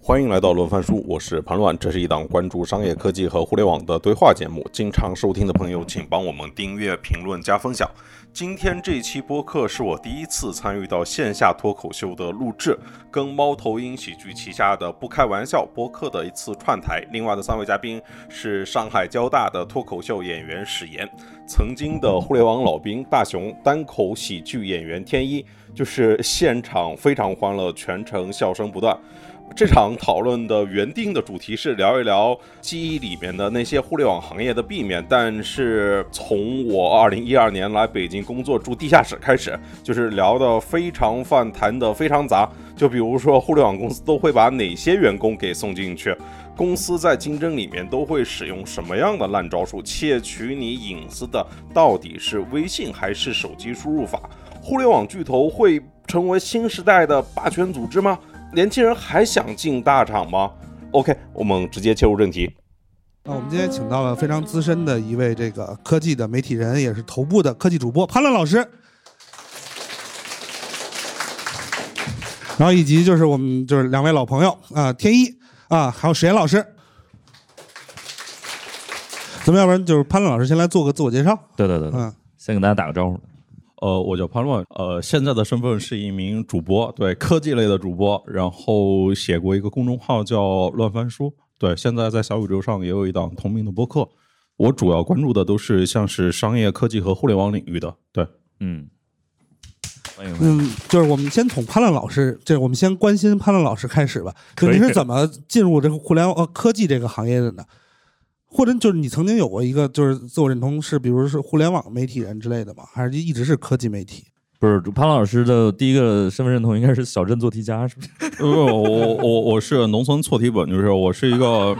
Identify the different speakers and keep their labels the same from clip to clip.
Speaker 1: 欢迎来到轮番书，我是潘乱。这是一档关注商业科技和互联网的对话节目。经常收听的朋友，请帮我们订阅、评论、加分享。今天这期播客是我第一次参与到线下脱口秀的录制，跟猫头鹰喜剧旗下的“不开玩笑”播客的一次串台。另外的三位嘉宾是上海交大的脱口秀演员史岩，曾经的互联网老兵大熊，单口喜剧演员天一，就是现场非常欢乐，全程笑声不断。这场讨论的原定的主题是聊一聊记忆里面的那些互联网行业的避免，但是从我二零一二年来北京工作住地下室开始，就是聊的非常泛，谈的非常杂。就比如说，互联网公司都会把哪些员工给送进去？公司在竞争里面都会使用什么样的烂招数？窃取你隐私的到底是微信还是手机输入法？互联网巨头会成为新时代的霸权组织吗？年轻人还想进大厂吗？OK，我们直接切入正题。
Speaker 2: 那我们今天请到了非常资深的一位这个科技的媒体人，也是头部的科技主播潘乐老师。然后以及就是我们就是两位老朋友啊、天一啊、还有史岩老师。咱们要不然就是潘乐老师先来做个自我介绍。
Speaker 3: 对对对，对
Speaker 2: 嗯，
Speaker 3: 先给大家打个招呼。
Speaker 4: 呃，我叫潘乱，呃，现在的身份是一名主播，对科技类的主播，然后写过一个公众号叫“乱翻书”，对，现在在小宇宙上也有一档同名的播客。我主要关注的都是像是商业科技和互联网领域的，对，
Speaker 3: 嗯，欢迎欢迎。
Speaker 2: 嗯，就是我们先从潘乐老师，这我们先关心潘乐老师开始吧。就
Speaker 3: 可以
Speaker 2: 您是怎么进入这个互联网、呃、科技这个行业的呢？或者就是你曾经有过一个就是自我认同是，比如是互联网媒体人之类的吗？还是一直是科技媒体？
Speaker 3: 不是潘老师的第一个身份认同应该是小镇做题家，是不是？
Speaker 4: 不不，我我我是农村错题本，就是我是一个，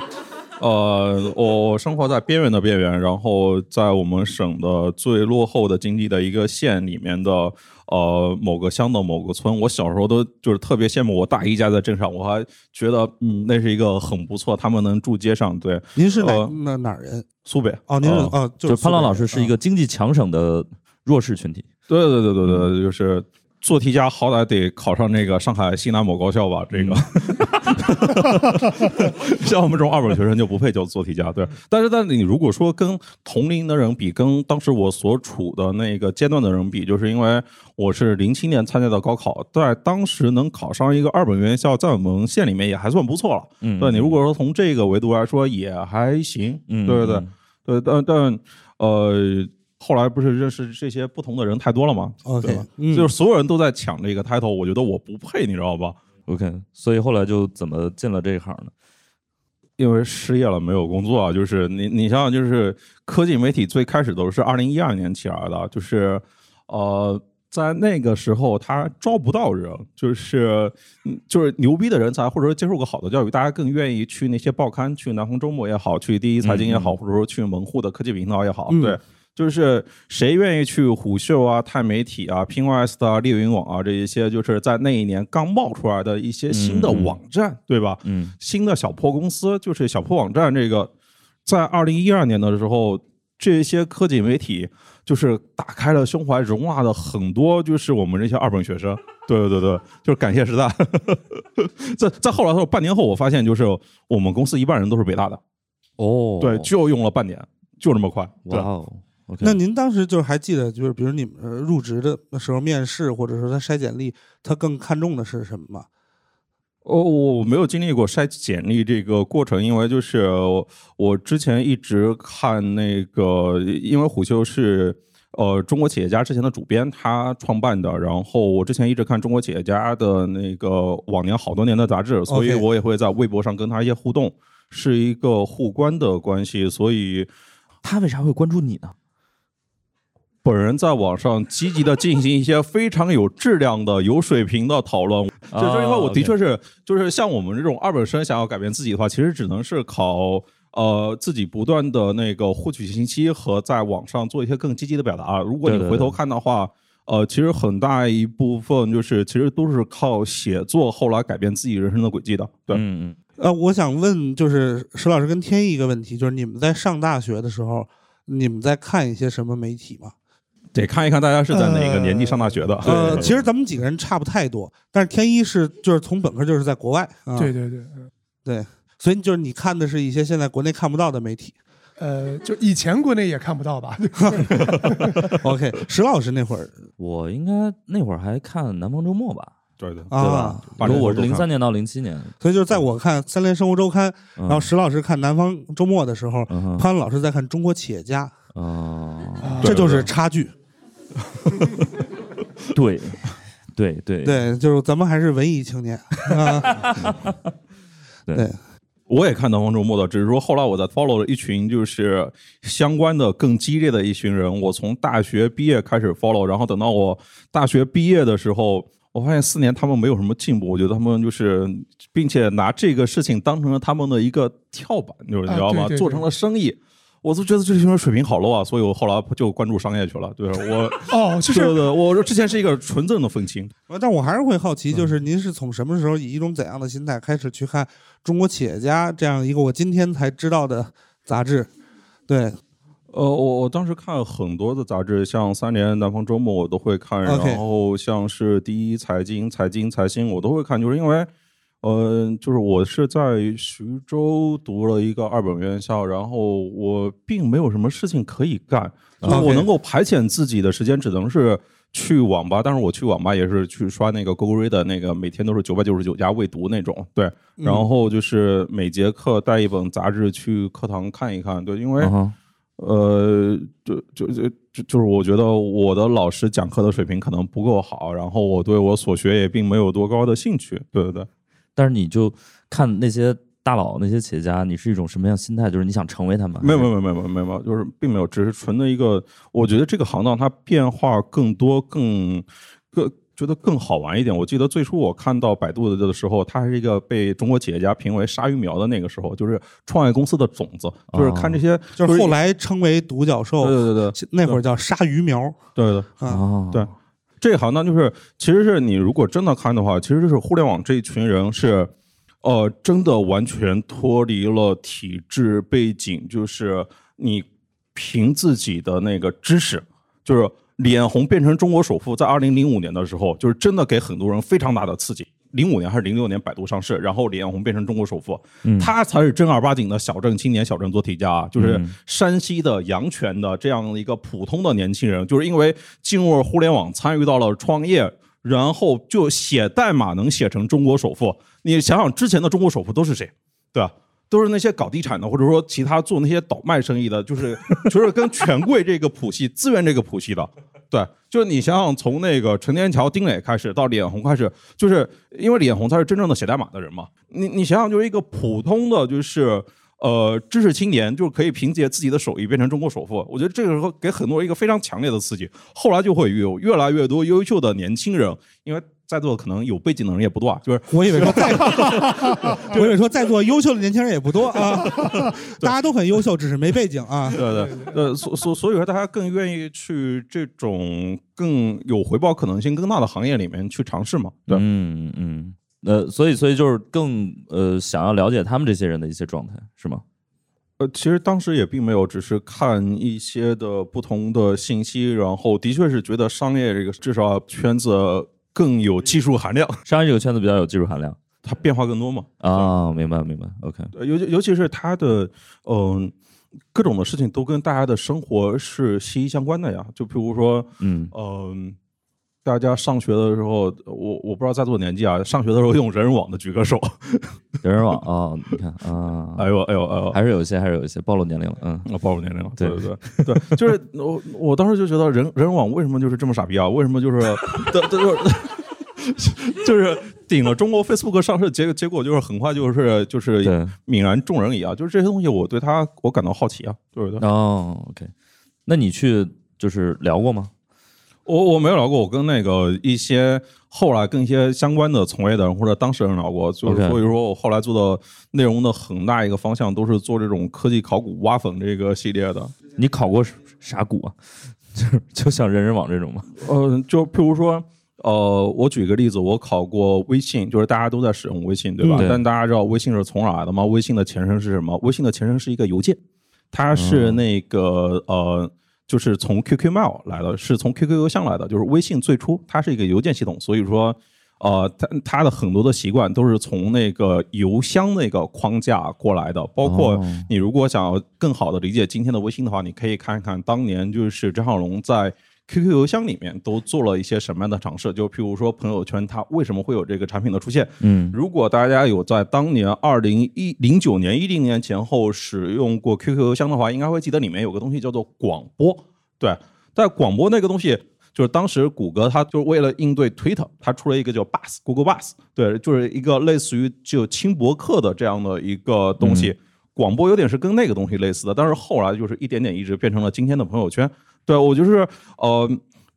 Speaker 4: 呃，我生活在边缘的边缘，然后在我们省的最落后的经济的一个县里面的呃某个乡的某个村，我小时候都就是特别羡慕我大姨家在镇上，我还觉得嗯那是一个很不错，他们能住街上，对，
Speaker 2: 您是哪、
Speaker 4: 呃
Speaker 2: 哪哪儿人？
Speaker 4: 苏北
Speaker 2: 哦，您是
Speaker 4: 呃
Speaker 2: 哦，
Speaker 3: 哦就是潘
Speaker 2: 浪
Speaker 3: 浪老师是一
Speaker 4: 嗯
Speaker 3: 个经济强省的弱势群体。
Speaker 4: 对对对对对对，就是做题家好歹得考上那个上海西南某高校吧，这个。像我们这种二本学生就不配叫做题家，对。但是，但你如果说跟同龄的人比，跟当时我所处的那个呃阶段的人比，就是因为我是零七年参加的高考，在当时能考上一个二本院校，在我们县里面也还算不错了。
Speaker 3: 嗯
Speaker 4: 对你如果说从这个维度来说，也还行。
Speaker 3: 嗯
Speaker 4: 对对
Speaker 3: 嗯
Speaker 4: 对，对，但但呃。后来不是认识这些不同的人太多了吗？对
Speaker 2: OK，
Speaker 4: 吧？
Speaker 2: 嗯
Speaker 4: 就是所有人都在抢这个 title，我觉得我不配，你知道吧？
Speaker 3: OK，所以后来就怎么进了这一行呢？
Speaker 4: 因为失业了没有工作啊，就是你你想想，就是科技媒体最开始都是二零一二年起来的，啊就是呃，在那个时候他招不到人，就是嗯就是牛逼的人才，或者说接受过好的教育，大家更愿意去那些报刊，去南方周末也好，去第一财经也
Speaker 3: 嗯
Speaker 4: 好，或者说去门户的科技频道也好，
Speaker 2: 嗯
Speaker 4: 对。就是谁愿意去虎嗅啊、钛媒体啊、PingOS 啊、猎云网啊这一些，就是在那一年刚冒出来的一些新的
Speaker 3: 嗯嗯
Speaker 4: 网站，对吧？
Speaker 3: 嗯
Speaker 4: 新的小破公司，就是小破网站这个，在二零一二年的时候，这些科技媒体就是打开了胸怀，容纳了很多就是我们这些二本学生。 对对对对，就是感谢时代。 在在后来的时候，半年后我发现，就是我们公司一半人都是北大的，
Speaker 3: 哦
Speaker 4: 对，就用了半年，就这么快。对
Speaker 3: 哇，哦，OK，
Speaker 2: 那您当时就是还记得，就是比如你们呃入职的时候面试，或者说他筛简历，他更看重的是什么吗？
Speaker 4: 哦，我没有经历过筛简历这个过程，因为就是我我之前一直看那个，因为虎嗅是呃中国企业家之前的主编他创办的，然后我之前一直看中国企业家的那个往年好多年的杂志，所以
Speaker 2: OK
Speaker 4: 我也会在微博上跟他一些互动，是一个互关的关系，所以
Speaker 3: 他为啥会关注你呢？
Speaker 4: 本人在网上积极的进行一些非常有质量的、有水平的讨论，
Speaker 3: 啊
Speaker 4: 就是因为我的确
Speaker 3: OK
Speaker 4: 是，就是像我们这种二本生想要改变自己的话，其实只能是靠呃自己不断的那个获取信息和在网上做一些更积极的表达。如果你
Speaker 3: 对对
Speaker 4: 回头
Speaker 3: 对
Speaker 4: 看的话，呃，其实很大一部分就是其实都是靠写作后来改变自己人生的轨迹的。对，
Speaker 3: 嗯嗯，
Speaker 2: 呃，我想问，就是石老师跟天意一个问题，就是你们在上大学的时候，你们在看一些什么媒体吗？
Speaker 4: 得看一看大家是在哪个年纪上大学的。对
Speaker 2: 呃呃，其实咱们几个人差不太多，但是天一是就是从本科就是在国外，啊、
Speaker 5: 对，对对，嗯
Speaker 2: 所以就是你看的是一些现在国内看不到的媒体。
Speaker 5: 呃，就以前国内也看不到吧？
Speaker 2: OK，石 老师那会儿
Speaker 3: 我应该那会儿还看《南方周末》吧，
Speaker 4: 对的，
Speaker 3: 对
Speaker 2: 啊
Speaker 3: 吧，？
Speaker 4: 八
Speaker 3: 如
Speaker 4: 零
Speaker 3: 果我是
Speaker 4: 后都
Speaker 3: 零
Speaker 4: 看
Speaker 3: 三年到零七年，
Speaker 2: 所以就是在我看《三联生活周刊》，
Speaker 3: 然
Speaker 4: 嗯
Speaker 2: 然后石老师看《南方周末》的时候，
Speaker 3: 嗯哼
Speaker 2: 潘老师在看《中国企业家》，
Speaker 3: 啊，
Speaker 2: 这就
Speaker 4: 嗯对
Speaker 2: 是
Speaker 4: 对
Speaker 2: 差距。
Speaker 3: 对对对
Speaker 2: 对，就是咱们还是文艺青年啊。
Speaker 3: 对
Speaker 2: 对，
Speaker 4: 我也看《南方周末》的，只是说后来我在 follow 了一群就是相关的更激烈的一群人。我从大学毕业开始 follow，然后等到我大学毕业的时候，我发现四年他们没有什么进步，我觉得他们就是，并且拿这个事情当成了他们的一个跳板，就是你
Speaker 5: 啊
Speaker 4: 知道吗？
Speaker 5: 对对对
Speaker 4: 做成了生意。我就觉得这群人水平好 low 啊，所以我后来就关注商业去了。对我，
Speaker 5: 哦，就
Speaker 4: 对
Speaker 5: 是
Speaker 4: 的，我说之前是一个纯正的愤青，
Speaker 2: 但我还是会好奇，就是您是从什么时候以一种怎样的心态开始去看《中国企业家》这样一个我今天才知道的杂志？对
Speaker 4: 呃，我我当时看很多的杂志，像《三联》《南方周末》我都会看
Speaker 2: OK
Speaker 4: 然后像是《第一财经》《财经》《财新》我都会看，就是因为，呃，就是我是在徐州读了一个二本院校，然后我并没有什么事情可以干，就是
Speaker 2: OK
Speaker 4: 我能够排遣自己的时间只能是去网吧，但是我去网吧也是去刷那个 Google Reader 那个每天都是九百九十九加未读那种，对，然后就是每节课带一本杂志去课堂看一看，对，因为。
Speaker 3: 嗯哼
Speaker 4: 呃，就就就就就是我觉得我的老师讲课的水平可能不够好，然后我对我所学也并没有多高的兴趣，对对对，
Speaker 3: 但是你就看那些大佬、那些企业家，你是一种什么样的心态？就是你想成为他们？
Speaker 4: 没有没有没有没有没有没有，就是并没有，只是纯的一个，我觉得这个行当它变化更多，更更觉得更好玩一点。我记得最初我看到百度的的时候，它还是一个被中国企业家评为鲨鱼苗的那个时候，就是创业公司的种子，就是看这些，
Speaker 2: 就是后来称为独角
Speaker 4: 哦对
Speaker 2: 兽，
Speaker 6: 呃
Speaker 4: 对对对
Speaker 2: 那会儿叫鲨鱼苗。
Speaker 4: 对对。
Speaker 3: 啊，
Speaker 2: 啊
Speaker 3: 哦
Speaker 4: 对这一行呢，就是其实是你如果真的看的话，其实就是互联网这一群人是，呃，真的完全脱离了体制背景，就是你凭自己的那个知识，就是脸红变成中国首富，在二零零五年的时候，就是真的给很多人非常大的刺激。零五年还是零六年，百度上市，然后脸红变成中国首富，
Speaker 3: 嗯
Speaker 4: 他才是正儿八经的小镇青年、小镇做题家、啊，就是
Speaker 3: 嗯
Speaker 4: 山西的阳泉的这样的一个普通的年轻人，就是因为进入了互联网，参与到了创业，然后就写代码能写成中国首富。你想想之前的中国首富都是谁，对吧？都是那些搞地产的，或者说其他做那些倒卖生意的，就是 就是跟权贵这个谱系、资源这个谱系的。对，就是你想想，从那个陈天桥、丁磊开始，到李彦宏开始，就是因为李彦宏才是真正的写代码的人嘛。你你想想，就是一个普通的，就是呃知识青年，就是可以凭借自己的手艺变成中国首富。我觉得这个时候给很多人一个非常强烈的刺激。后来就会有越来越多优秀的年轻人，因为在座可能有背景的人也不多啊，就是
Speaker 2: 我以为说在，我以为说在座优秀的年轻人也不多啊，大家都很优秀，只是没背景啊。
Speaker 4: 对对呃，所所所以说，大家更愿意去这种更有回报可能性更大的行业里面去尝试嘛。对，
Speaker 3: 嗯嗯，呃，所以所以就是更呃想要了解他们这些人的一些状态，是吗？
Speaker 4: 呃，其实当时也并没有，只是看一些的不同的信息，然后的确是觉得商业这个至少圈子更有技术含量，
Speaker 3: 商业这个圈子比较有技术含量
Speaker 4: 它变化更多嘛。
Speaker 3: 啊，明白明白，OK，
Speaker 4: 呃尤其尤其是它的嗯、各种的事情都跟大家的生活是息息相关的呀，就比如说。
Speaker 3: 嗯，
Speaker 4: 嗯，大家上学的时候，我我不知道在座年纪啊，上学的时候用人人网的举个手。
Speaker 3: 人人网啊，你看啊，
Speaker 4: 哎呦哎呦哎呦！
Speaker 3: 还是有一些还是有一些暴露年龄了，嗯，
Speaker 4: 我暴露年龄了，
Speaker 3: 对
Speaker 4: 对对对 对，就是我我当时就觉得人人人网为什么就是这么傻逼啊？为什么就是对对就是就是 顶了中国 Facebook 上市，结结果就是很快就是就是
Speaker 3: 对，
Speaker 4: 泯然众人矣啊！就是这些东西，我对它我感到好奇啊，对不对？
Speaker 3: 哦，OK，那你去就是聊过吗？
Speaker 4: 我我没有聊过，我跟那个一些后来跟一些相关的从业的人或者当事人聊过，就是
Speaker 3: OK
Speaker 4: 所以说我后来做的内容的很大一个方向都是做这种科技考古挖坟这个系列的。
Speaker 3: 你考过啥股啊？ 就是就像人人网这种吗？
Speaker 4: 呃，就譬如说，呃，我举一个例子，我考过微信，就是大家都在使用微信，对吧？
Speaker 3: 嗯对
Speaker 4: 但大家知道微信是从哪来的吗？微信的前身是什么？微信的前身是一个邮件，它是那个、呃。就是从 QQ Mail 来的，是从 QQ 邮箱来的。就是微信最初它是一个邮件系统，所以说，呃，他他的很多的习惯都是从那个邮箱那个框架过来的，包括
Speaker 3: 哦
Speaker 4: 你如果想要更好的理解今天的微信的话，你可以看一看当年就是张小龙在 QQ 邮箱里面都做了一些什么样的尝试，就譬如说朋友圈它为什么会有这个产品的出现，
Speaker 3: 嗯
Speaker 4: 如果大家有在当年二零一零九年、一零年前后使用过 QQ 邮箱的话，应该会记得里面有个东西叫做广播。对，但广播那个东西，就是当时谷歌它就是为了应对 Twitter，它出了一个叫 Bus Google Bus，对，就是一个类似于就轻博客的这样的一个东西。广播有点是跟那个东西类似的，但是后来就是一点点一直变成了今天的朋友圈。对我就是呃，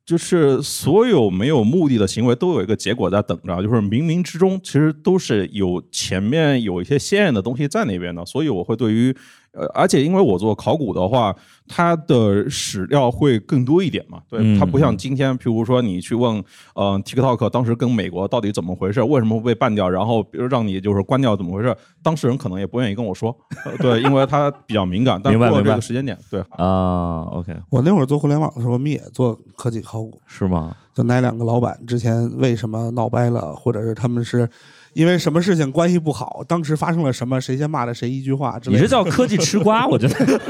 Speaker 4: 就是所有没有目的的行为都有一个结果在等着，就是冥冥之中其实都是有前面有一些鲜艳的东西在那边的，所以我会对于呃，而且因为我做考古的话，它的史料会更多一点嘛，对，
Speaker 3: 嗯
Speaker 4: 它不像今天，譬如说你去问，嗯、呃、，TikTok 当时跟美国到底怎么回事，为什么会被办掉，然后比如让你就是关掉怎么回事，当事人可能也不愿意跟我说， 呃对，因为他比较敏感，但
Speaker 3: 明白
Speaker 4: 过了
Speaker 3: 明
Speaker 4: 这
Speaker 3: 白
Speaker 4: 个时间点，对，
Speaker 3: 啊，OK，
Speaker 2: 我那会儿做互联网的时候，我们也做科技考古，
Speaker 3: 是吗？
Speaker 2: 就哪两个老板之前为什么闹掰了，或者是他们是因为什么事情关系不好，当时发生了什么，谁先骂了谁一句话之
Speaker 3: 你
Speaker 2: 类
Speaker 3: 这
Speaker 2: 的。
Speaker 3: 叫科技吃瓜，我觉 得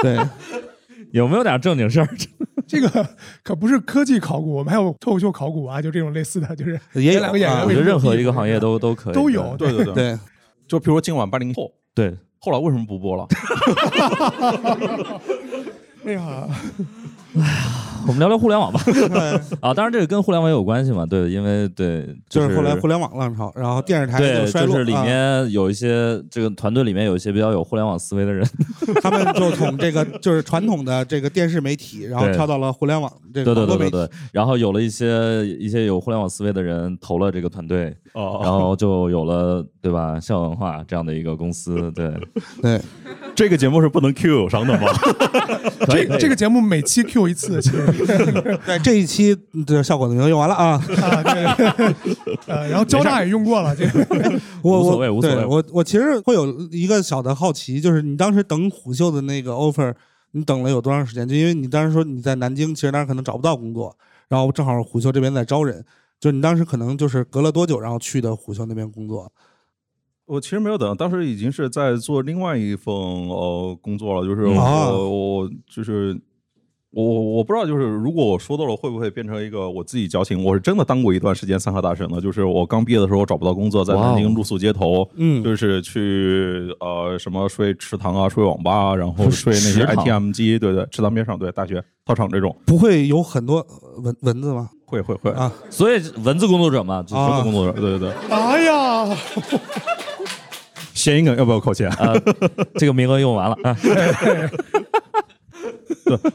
Speaker 2: 对，
Speaker 3: 有没有点正经事儿？
Speaker 5: 这个可不是科技考古，我们还有脱口秀考古啊，就这种类似的，就是
Speaker 2: 也有
Speaker 5: 这两个演员
Speaker 2: 啊
Speaker 3: 我
Speaker 5: 为
Speaker 3: 觉得
Speaker 5: 什么
Speaker 3: 任何
Speaker 5: 不
Speaker 3: 一个行业都都可以，
Speaker 5: 都有
Speaker 4: 对对 对，
Speaker 2: 对，
Speaker 4: 就譬如说今晚八零后，
Speaker 3: 对，对
Speaker 4: 后来为什么不播了？
Speaker 5: 哎呀，
Speaker 3: 我们聊聊互联网 吧。啊，当然这个跟互联网有关系嘛，对，因为对，
Speaker 2: 就是
Speaker 3: 是
Speaker 2: 后来互联网浪潮，然后电视台
Speaker 3: 对，
Speaker 2: 衰落，
Speaker 3: 就是里
Speaker 2: 啊
Speaker 3: 面有一些这个团队里面有一些比较有互联网思维的人，
Speaker 2: 他们就从这个就是传统的这个电视媒体，然后
Speaker 3: 对
Speaker 2: 跳到了互联网这
Speaker 3: 对
Speaker 2: 个
Speaker 3: 对
Speaker 2: 网络
Speaker 3: 对对
Speaker 2: 媒体。
Speaker 3: 对，然后有了一些一些有互联网思维的人投了这个团队，
Speaker 4: 哦
Speaker 3: 然后就有了对吧？校文化这样的一个公司，对，
Speaker 2: 对，
Speaker 4: 这个节目是不能 Q 友商的吗？
Speaker 3: 可以
Speaker 5: 这这个节目每期 Q 一次，其实
Speaker 2: 对，这一期的效果怎么样？用完了啊，
Speaker 5: 啊，对， 呃，然后交大也用过了，这 个
Speaker 2: 我
Speaker 3: 无所
Speaker 2: 我
Speaker 3: 谓无所
Speaker 2: 对
Speaker 3: 谓
Speaker 2: 我我其实会有一个小的好奇，就是你当时等虎嗅的那个 offer，你等了有多长时间？就因为你当时说你在南京，其实当时可能找不到工作，然后正好虎嗅这边在招人，就你当时可能就是隔了多久，然后去的虎嗅那边工作？
Speaker 4: 我其实没有等，当时已经是在做另外一份呃工作了，就是
Speaker 3: 嗯
Speaker 4: 我、
Speaker 2: 啊
Speaker 4: 我我就是我我我不知道，就是如果我说到了，会不会变成一个我自己矫情？我是真的当过一段时间三好大神的，就是我刚毕业的时候找不到工作，在
Speaker 3: 哇哦
Speaker 4: 南京露宿街头，
Speaker 2: 嗯
Speaker 4: 就是去呃什么睡池塘啊，睡网吧啊，然 后睡那些
Speaker 3: 池塘
Speaker 4: ITM 机，对对，池塘边上，对，大学操场这种，
Speaker 2: 不会有很多呃蚊蚊子吗？
Speaker 4: 会会会，
Speaker 2: 啊，
Speaker 3: 所以文字工作者嘛，就是
Speaker 2: 啊
Speaker 4: 什么工作者？对对对，
Speaker 5: 哎呀，
Speaker 4: 谐音梗要不要扣钱？
Speaker 3: 这个名额用完了， 啊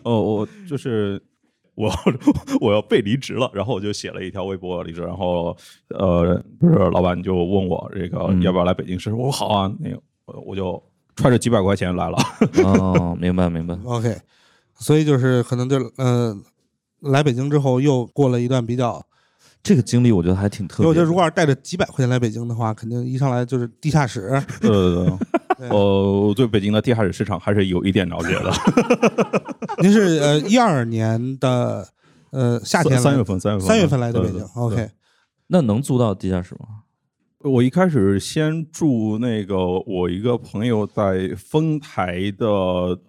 Speaker 4: 哦，我就是我要 我要被离职了，然后我就写了一条微博离职，然后呃，不是老板就问我这个
Speaker 3: 嗯
Speaker 4: 要不要来北京市，我说好啊，那个我我就揣着几百块钱来了，
Speaker 3: 哦，明白明白，
Speaker 2: OK，所以就是可能就呃，来北京之后又过了一段比较，
Speaker 3: 这个经历我觉得还挺特
Speaker 2: 因为我
Speaker 3: 别的。
Speaker 2: 觉得如果要是带着几百块钱来北京的话，肯定一上来就是地下室。
Speaker 4: 呃
Speaker 2: 对。
Speaker 4: 呃，我对北京的地下室市场还是有一点了解 的。
Speaker 2: 您是呃一二年的呃夏天来
Speaker 4: 三月份，三月份，
Speaker 2: 三月份来的
Speaker 4: 对
Speaker 2: 北京
Speaker 4: 对。对
Speaker 2: OK，
Speaker 3: 那能租到地下室吗？
Speaker 4: 我一开始先住那个我一个朋友在丰台的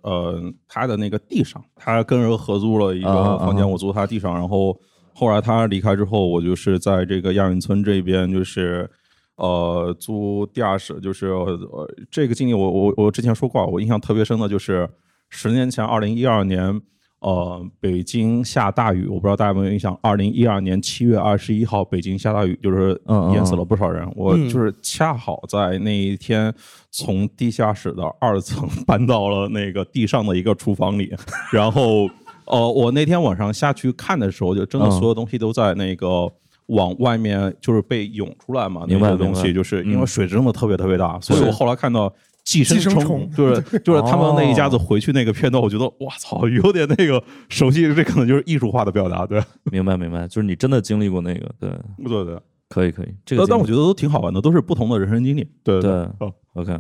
Speaker 4: 呃他的那个地上，他跟人合租了一
Speaker 3: 啊啊
Speaker 4: 个
Speaker 3: 啊
Speaker 4: 房间，我租他地上，然后后来他离开之后，我就是在这个亚运村这边就是。呃，租地下室就是呃，这个经历我我我之前说过啊，我印象特别深的就是十年前，二零一二年，呃，北京下大雨，我不知道大家有没有印象，二零一二年七月二十一号，北京下大雨，就是
Speaker 3: 嗯嗯
Speaker 4: 淹死了不少人。我
Speaker 2: 嗯
Speaker 4: 就是恰好在那一天从地下室的二层 搬到了那个地上的一个厨房里，然后呃，我那天晚上下去看的时候，就真的
Speaker 3: 嗯
Speaker 4: 所有东西都在那个。往外面就是被涌出来嘛，那
Speaker 3: 明白
Speaker 4: 些东
Speaker 3: 明白
Speaker 4: 西就是因为
Speaker 3: 嗯
Speaker 4: 水真的特别特别大，所以
Speaker 3: 是
Speaker 4: 我后来看到寄生
Speaker 5: 寄生
Speaker 4: 虫哦
Speaker 5: 虫，
Speaker 4: 就是就是他们那一家子回去那个片段，我觉得哇操，有点那个熟悉，这可能就是艺术化的表达，对
Speaker 3: 明白明白，就是你真的经历过那个，对，
Speaker 4: 对对。
Speaker 3: 可以可以，这个
Speaker 4: 但但我
Speaker 3: 觉
Speaker 4: 觉得都挺好玩的，都是不同的人生经历，对对。
Speaker 3: 对
Speaker 4: 哦
Speaker 3: ，OK，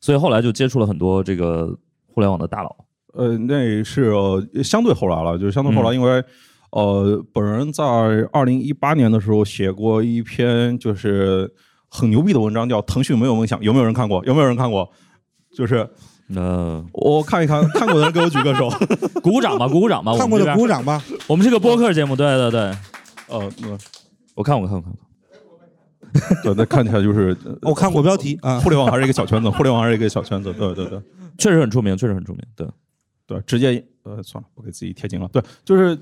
Speaker 3: 所以后来就接触了很多这个互联网的大佬，
Speaker 4: 呃，那是、呃、相对后来了，就是相对后来，因为、呃，本人在二零一八年的时候写过一篇就是很牛逼的文章，叫《腾讯没有梦想》，有没有人看过？有没有人看过？就是
Speaker 3: 嗯，
Speaker 4: 我看一看，看过的人给我举个手。
Speaker 3: 鼓掌吧，鼓掌吧，
Speaker 2: 看过
Speaker 3: 我们这
Speaker 2: 的
Speaker 3: 边
Speaker 2: 鼓。掌吧。
Speaker 3: 我们是个播客节目，对对对，
Speaker 4: 呃，嗯
Speaker 3: 我看我看我看。
Speaker 4: 对，那看起来就是呃
Speaker 2: 我看过标题啊，
Speaker 4: 互联网还是一个小圈子，互联网还是一个小圈子。对对对
Speaker 3: 确实很出名，确实很出名。对，
Speaker 4: 对，直接呃算了，不给自己贴金了。对，就是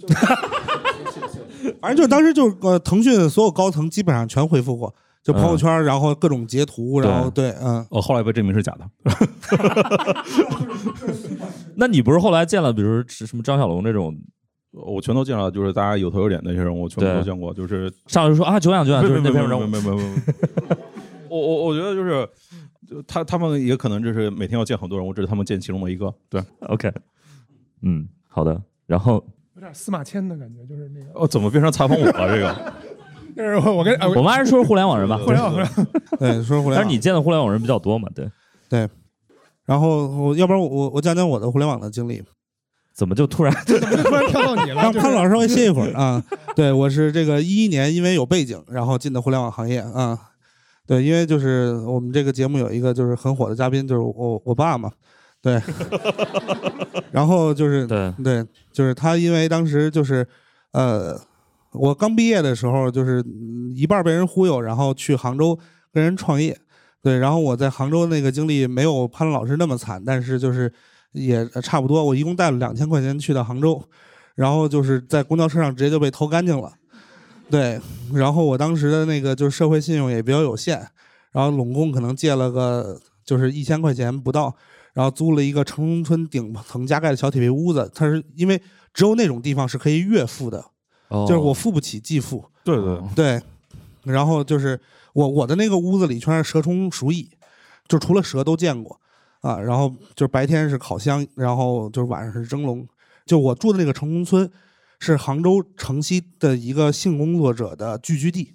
Speaker 2: 反正就是当时就是呃，腾讯所有高层基本上全回复过，就朋友圈，然后各种截图，然后对，嗯，
Speaker 4: 呃后来被证明是假的。
Speaker 3: 那你不是后来见了，比如是什么张小龙这种，
Speaker 4: 我全都见了，就是大家有头有脸那些人，我全部都
Speaker 3: 对
Speaker 4: 见过。就是
Speaker 3: 上来就说啊久仰久仰，
Speaker 4: 没
Speaker 3: 就是
Speaker 4: 没
Speaker 3: 那
Speaker 4: 没
Speaker 3: 篇文
Speaker 4: 没
Speaker 3: 章，
Speaker 4: 没没没，我我我觉得就是就他他们也可能就是每天要见很多人，我只是他们见其中的一个。对，
Speaker 3: OK，嗯，好的。然后
Speaker 5: 有点司马迁的感觉，就是那个，
Speaker 4: 哦，怎么变成采访我了？这个
Speaker 5: 就是我我跟啊
Speaker 3: 我们还是说互联网人吧，
Speaker 5: 互联网人
Speaker 2: 对，说回来，
Speaker 3: 但是你见的互联网人比较多嘛？对，
Speaker 2: 然后我要不然我我我讲讲我的互联网的经历，
Speaker 3: 怎么就突然
Speaker 5: 我突然跳到你了，
Speaker 2: 让
Speaker 5: 就是
Speaker 2: 潘老师稍微歇一会儿啊。对我是这个一一年，因为有背景，然后进的互联网行业啊。对，因为就是我们这个节目有一个就是很火的嘉宾，就是我我爸嘛，对。 然后就是
Speaker 3: 对
Speaker 2: 对，就是他，因为当时就是，呃，我刚毕业的时候，就是嗯一半儿被人忽悠，然后去杭州跟人创业。对，然后我在杭州那个经历没有潘老师那么惨，但是就是也差不多。我一共带了两千块钱去到杭州，然后就是在公交车上直接就被偷干净了。对，然后我当时的那个就是社会信用也比较有限，然后拢共可能借了个就是一千块钱不到，然后租了一个城中村顶层加盖的小铁皮屋子。它是因为只有那种地方是可以月付的，
Speaker 3: 就
Speaker 2: 就是我付不起季付。
Speaker 4: 对对，
Speaker 2: 对，然后就是我我的那个屋子里全是蛇虫鼠蚁，就除了蛇都见过啊。然后就是白天是烤箱，然后就是晚上是蒸笼。就我住的那个城中村，是杭州城西的一个性工作者的聚居地，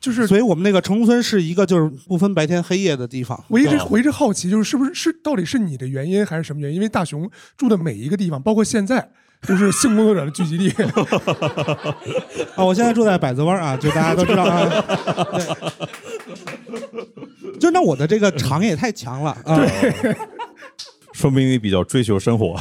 Speaker 5: 就是
Speaker 2: 所以我们那个城中村是一个就是不分白天黑夜的地方。
Speaker 5: 我一直
Speaker 3: 哦
Speaker 5: 我一直好奇，就是是不是是到底是你的原因还是什么原因？因为大熊住的每一个地方，包括现在，都是性工作者的聚 集地。
Speaker 2: 啊，我现在住在百子湾啊，就大家都知道啊。对就那我的这个肠也太强了啊！
Speaker 4: 说明你比较追求生活。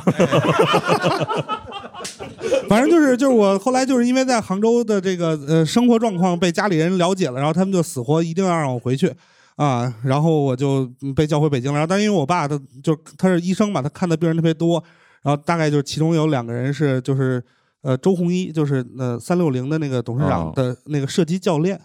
Speaker 2: 反正就是就是我后来就是因为在杭州的这个呃生活状况被家里人了解了，然后他们就死活一定要让我回去啊，然后我就嗯被叫回北京了。然后但是因为我爸他就他是医生嘛，他看的病人特别多，然后大概就是其中有两个人是就是呃周鸿祎就是呃三六零的那个董事长
Speaker 3: 哦
Speaker 2: 的那个射击教练，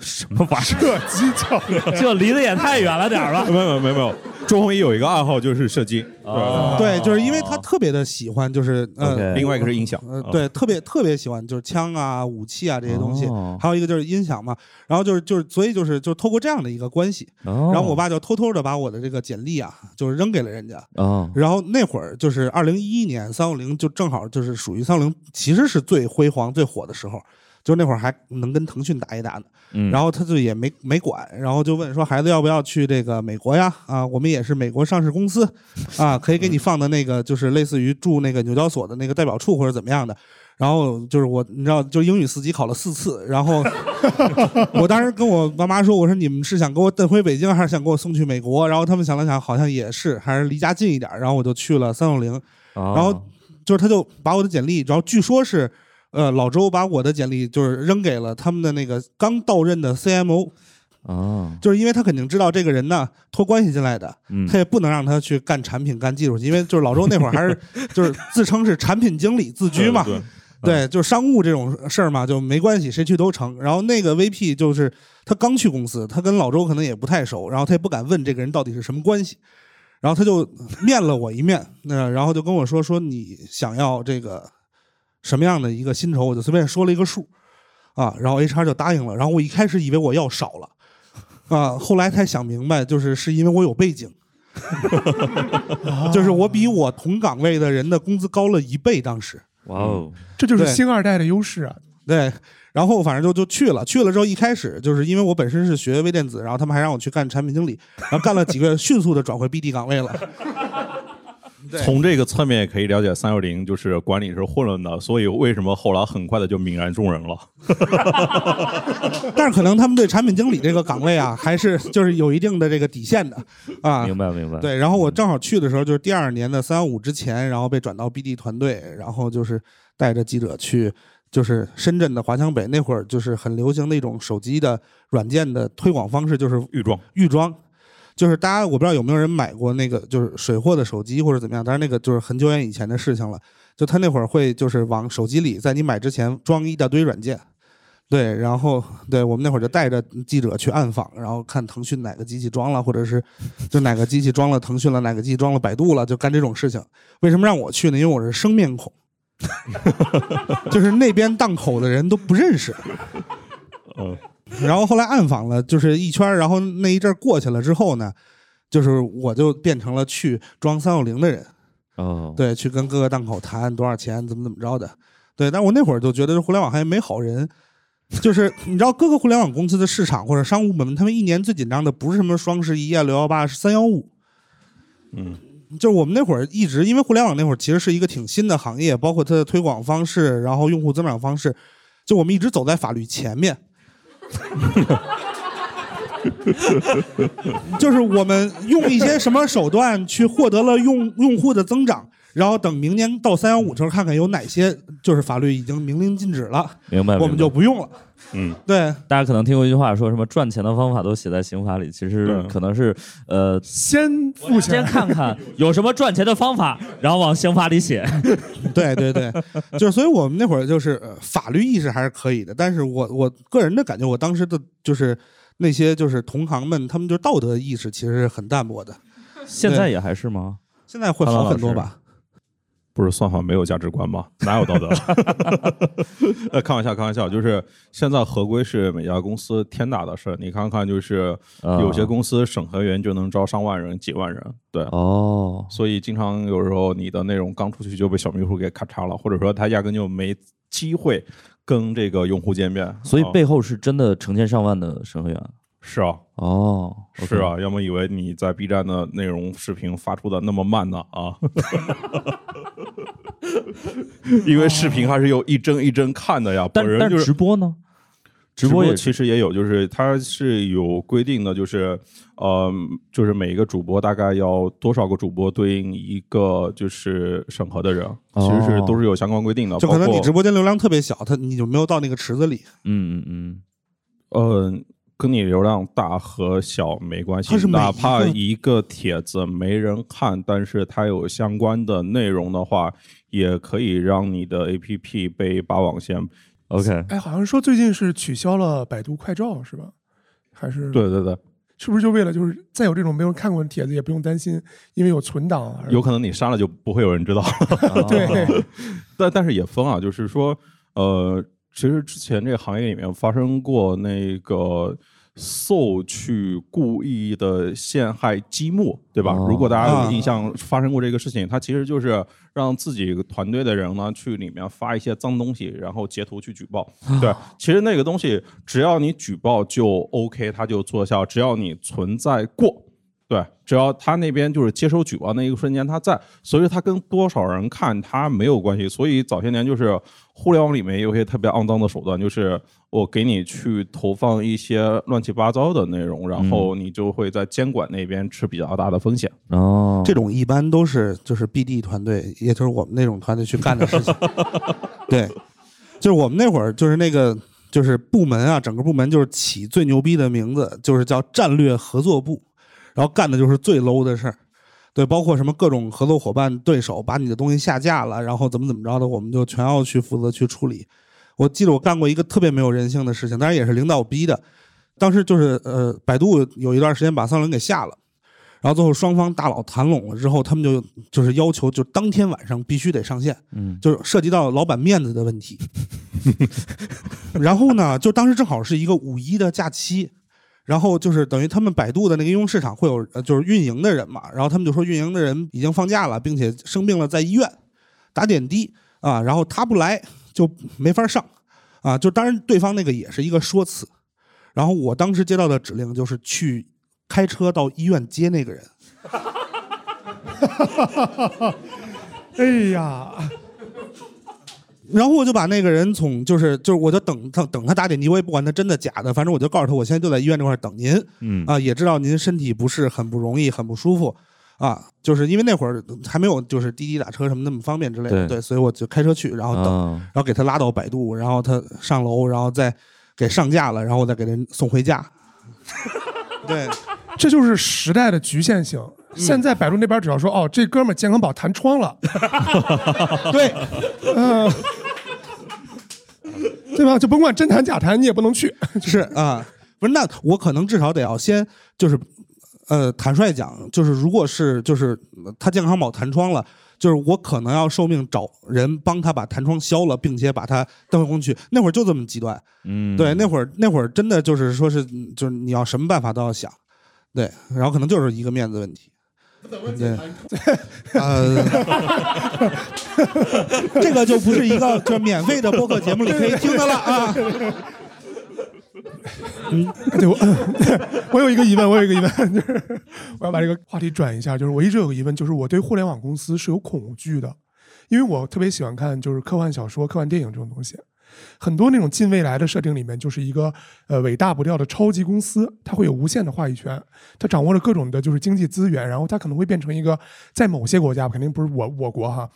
Speaker 3: 什么 玩意
Speaker 5: 这鸡叫
Speaker 3: 儿？这离得也太远了点儿吧？
Speaker 4: 没有没有没有，周鸿祎有一个爱好就是射击，
Speaker 3: 哦
Speaker 2: 对，就是因为他特别的喜欢就是呃
Speaker 3: OK
Speaker 4: 另外一个是音响。
Speaker 2: 呃
Speaker 4: 啊，
Speaker 2: 对，特别特别喜欢就是枪啊、武器啊这些东西，
Speaker 3: 哦
Speaker 2: 还有一个就是音响嘛，然后就是就是所以就是就是透过这样的一个关系，
Speaker 3: 然
Speaker 2: 然后我爸就偷偷的把我的这个简历啊，就是扔给了人家。
Speaker 3: 哦，
Speaker 2: 然后那会儿就是二零一一年，三六零就正好就是属于三六零其实是最辉煌、最火的时候，就那会儿还能跟腾讯打一打呢。
Speaker 3: 嗯
Speaker 2: 然后他就也没没管，然后就问说孩子要不要去这个美国呀？啊，我们也是美国上市公司， 啊，可以给你放的那个就是类似于住那个纽交所的那个代表处或者怎么样的。然后就是我，你知道，就英语四级考了四次。然后 我当时跟我爸妈说，我说你们是想给我带回北京，还是想给我送去美国？然后他们想了想，好像也是，还是离家近一点。然后我就去了三六
Speaker 4: 哦
Speaker 2: 零，
Speaker 3: 然
Speaker 2: 然后就是他就把我的简历，然后据说是，呃，老周把我的简历就是扔给了他们的那个刚到任的 CMO，
Speaker 3: 啊，
Speaker 2: 就是因为他肯定知道这个人呢托关系进来的，
Speaker 3: 嗯
Speaker 2: 他也不能让他去干产品、干技术去，因为就是老周那会儿 还是就是自称是产品经理自居嘛，
Speaker 4: 对，
Speaker 2: 对，就是商务这种事儿嘛，就没关系，谁去都成。然后那个 VP 就是他刚去公司，他跟老周可能也不太熟，然后他也不敢问这个人到底是什么关系，然后他就面了我一面，那然后就跟我说说你想要这个什么样的一个薪酬，我就随便说了一个数啊，然后 HR 就答应了。然后我一开始以为我要少了啊，后来才想明白，就是是因为我有背景。就是我比我同岗位的人的工资高了一倍，当时，
Speaker 3: 哇哦，
Speaker 5: 这就是
Speaker 2: 对
Speaker 5: 星二代的优势啊！
Speaker 2: 对，然后反正就就去了，去了之后一开始就是因为我本身是学微电子，然 后他们还让我去干产品经理，然后干了几个月，迅速的转回 BD 岗位了。对
Speaker 6: 从这个侧面也可以了解三六零就是管理是混乱的，所以为什么后来很快的就泯然众人了。
Speaker 2: 但是可能他们对产品经理这个岗位啊，还是就是有一定的这个底线的啊。
Speaker 3: 明白明白。
Speaker 2: 对，然后我正好去的时候就是第二年的三幺五之前，然后被转到 BD 团队，然后就是带着记者去，就是深圳的华强北那会儿，就是很流行的一种手机的软件的推广方式，就是
Speaker 6: 预装
Speaker 2: 预装。就是大家我不知道有没有人买过那个就是水货的手机或者怎么样，但是那个就是很久远以前的事情了。就他那会儿会就是往手机里在你买之前装一大堆软件，对，然后对我们那会儿就带着记者去暗访，然后看腾讯哪个机器装了，或者是就哪个机器装了腾讯了，哪个机器装了百度了，就干这种事情。为什么让我去呢？因为我是生面孔， 就是那边档口的人都不认识。
Speaker 6: 嗯，
Speaker 2: 然后后来暗访了，就是一圈儿，然后那一阵儿过去了之后呢，就是我就变成了去装三六零的人，
Speaker 3: 哦，
Speaker 2: 对，去跟各个档口谈多少钱，怎么怎么着的，对。但我那会儿就觉得互联网行业没好人，就是你知道各个互联网公司的市场或者商务部门，他们一年最紧张的不是什么双十一啊、六幺八，是三幺五。
Speaker 6: 嗯，
Speaker 2: 就是我们那会儿一直，因为互联网那会儿其实是一个挺新的行业，包括它的推广方式，然后用户增长方式，就我们一直走在法律前面。就是我们用一些什么手段去获得了用用户的增长，然后等明年到三幺五时候看看有哪些就是法律已经明令禁止了，
Speaker 3: 明白。
Speaker 2: 我们
Speaker 3: 明白
Speaker 2: 就不用了。
Speaker 6: 嗯，
Speaker 2: 对，
Speaker 3: 大家可能听过一句话，说什么赚钱的方法都写在刑法里，其实
Speaker 6: 对
Speaker 3: 可能是呃，
Speaker 5: 先付
Speaker 3: 先
Speaker 5: 钱，
Speaker 3: 看看有什么赚钱的方法，然后往刑法里写。
Speaker 2: 对对对，就是所以我们那会儿就是呃法律意识还是可以的，但是我我个人的感觉，我当时的就是那些就是同行们，他们就道德意识其实是很淡薄的，
Speaker 3: 现在也还是吗？
Speaker 2: 现在会
Speaker 6: 潘
Speaker 2: 好
Speaker 6: 老
Speaker 2: 很多
Speaker 6: 师
Speaker 2: 吧？
Speaker 6: 不是算法没有价值 观吗？哪有道德？ 呃，开玩笑，开玩笑，就是现在合规是每家公司天大的事儿。你看看，就是
Speaker 3: 啊
Speaker 6: 有些公司审核员就能招上万人、几万人，对。
Speaker 3: 哦，
Speaker 6: 所以经常有时候你的内容刚出去就被小迷糊给咔嚓了，或者说他压根就没机会跟这个用户见面。
Speaker 3: 所以
Speaker 6: 啊
Speaker 3: 背后是真的成千上万的审核员。
Speaker 6: 是啊，
Speaker 3: 哦，
Speaker 6: 是，啊，要么以为你在 B 站的内容视频发出的那么慢呢 啊，因为视频还是有一帧一帧看的呀，
Speaker 3: 但
Speaker 6: 本人
Speaker 3: 但
Speaker 6: 就是
Speaker 3: 直播呢？直播也
Speaker 6: 其实也有，就是它是有规定的，就是呃，就是每一个主播大概要多少个主播对应一个就是审核的人，其实是
Speaker 3: 哦
Speaker 6: 都是有相关规定的，
Speaker 2: 就可能
Speaker 6: 包括
Speaker 2: 你直播间流量特别小，他你就没有到那个池子里，
Speaker 3: 嗯嗯嗯，
Speaker 6: 呃，跟你流量大和小没关系
Speaker 2: 它是，每
Speaker 6: 哪
Speaker 2: 一
Speaker 6: 怕
Speaker 2: 个
Speaker 6: 一个帖子没人看，但是它有相关的内容的话，也可以让你的 APP 被霸网线。
Speaker 3: OK，
Speaker 5: 哎，好像说最近是取消了百度快照是吧？还是，
Speaker 6: 对对对，
Speaker 5: 是不是就为了就是再有这种没有看过的帖子也不用担心，因为有存档而。
Speaker 6: 有啊可能你删了就不会有人知道了。
Speaker 3: 哦
Speaker 5: 对，
Speaker 6: 但但是也分啊，就是说，呃，其实之前这个行业里面发生过那个搜去故意的陷害积木，对吧？
Speaker 3: 哦
Speaker 6: 如果大家
Speaker 2: 啊
Speaker 6: 有印象，发生过这个事情，它其实就是让自己团队的人呢去里面发一些脏东西，然后截图去举报。对，其实那个东西只要你举报就 OK，它就奏效，只要你存在过。对，只要他那边就是接收举报那一个瞬间他在，所以他跟多少人看他没有关系。所以早些年就是互联网里面有一些特别肮脏的手段，就是我给你去投放一些乱七八糟的内容，然后你就会在监管那边吃比较大的风险。
Speaker 3: 哦，
Speaker 2: 这种一般都是就是 BD 团队，也就是我们那种团队去干的事情。对，就是我们那会儿就是那个就是部门啊，整个部门就是起最牛逼的名字，就是叫战略合作部，然后干的就是最 low 的事儿。对，包括什么各种合作伙伴、对手把你的东西下架了，然后怎么怎么着的，我们就全要去负责去处理。我记得我干过一个特别没有人性的事情，当然也是领导逼的。当时就是呃，百度有一段时间把三六零给下了。然后最后双方大佬谈拢了之后，他们就就是要求，就当天晚上必须得上线，
Speaker 3: 嗯
Speaker 2: 就是涉及到老板面子的问题。 然后呢，就当时正好是一个五一的假期，然后就是等于他们百度的那个应用市场会有呃就是运营的人嘛，然后他们就说运营的人已经放假了，并且生病了在医院打点滴啊，然后他不来就没法上啊，就当然对方那个也是一个说辞。然后我当时接到的指令就是去开车到医院接那个人。
Speaker 5: 哎呀，
Speaker 2: 然后我就把那个人从就是就是我就等他等他打点滴，我也不管他真的假的，反正我就告诉他我现在就在医院这块儿等您，
Speaker 3: 嗯
Speaker 2: 啊，也知道您身体不适，很不容易，很不舒服啊，就是因为那会儿还没有就是滴滴打车什么那么方便之类的，
Speaker 3: 对
Speaker 2: 对，所以我就开车去，然后等，
Speaker 3: 啊，
Speaker 2: 然后给他拉到百度，然后他上楼，然后再给上架了，然后我再给人送回家。 对，
Speaker 5: 这就是时代的局限性。
Speaker 6: 嗯
Speaker 5: 现在百度那边只要说哦，这哥们儿健康宝弹窗了，对，嗯、对吧？就甭管真弹假弹，你也不能去。
Speaker 2: 是啊，不是那我可能至少得要先就是，呃，坦率讲，就是如果是就是呃他健康宝弹窗了。就是我可能要受命找人帮他把弹窗消了，并且把它 带回工具。那会儿就这么极端，
Speaker 3: 嗯，
Speaker 2: 对，那会儿那会儿真的就是说是嗯就是你要什么办法都要想，对，然后可能就是一个面子问题。对，呃， 这个就不是一个就是免费的播客节目里可以听的了啊。
Speaker 5: 对，我我有一个疑问，我有一个疑问， 就是我要把这个话题转一下。就是我一直有个疑问，就是我对互联网公司是有恐惧的，因为我特别喜欢看就是科幻小说、科幻电影这种东西。很多那种近未来的设定里面，就是一个呃伟大不掉的超级公司，它会有无限的话语权，它掌握了各种的就是经济资源，然后它可能会变成一个在某些国家，肯定不是我我国哈，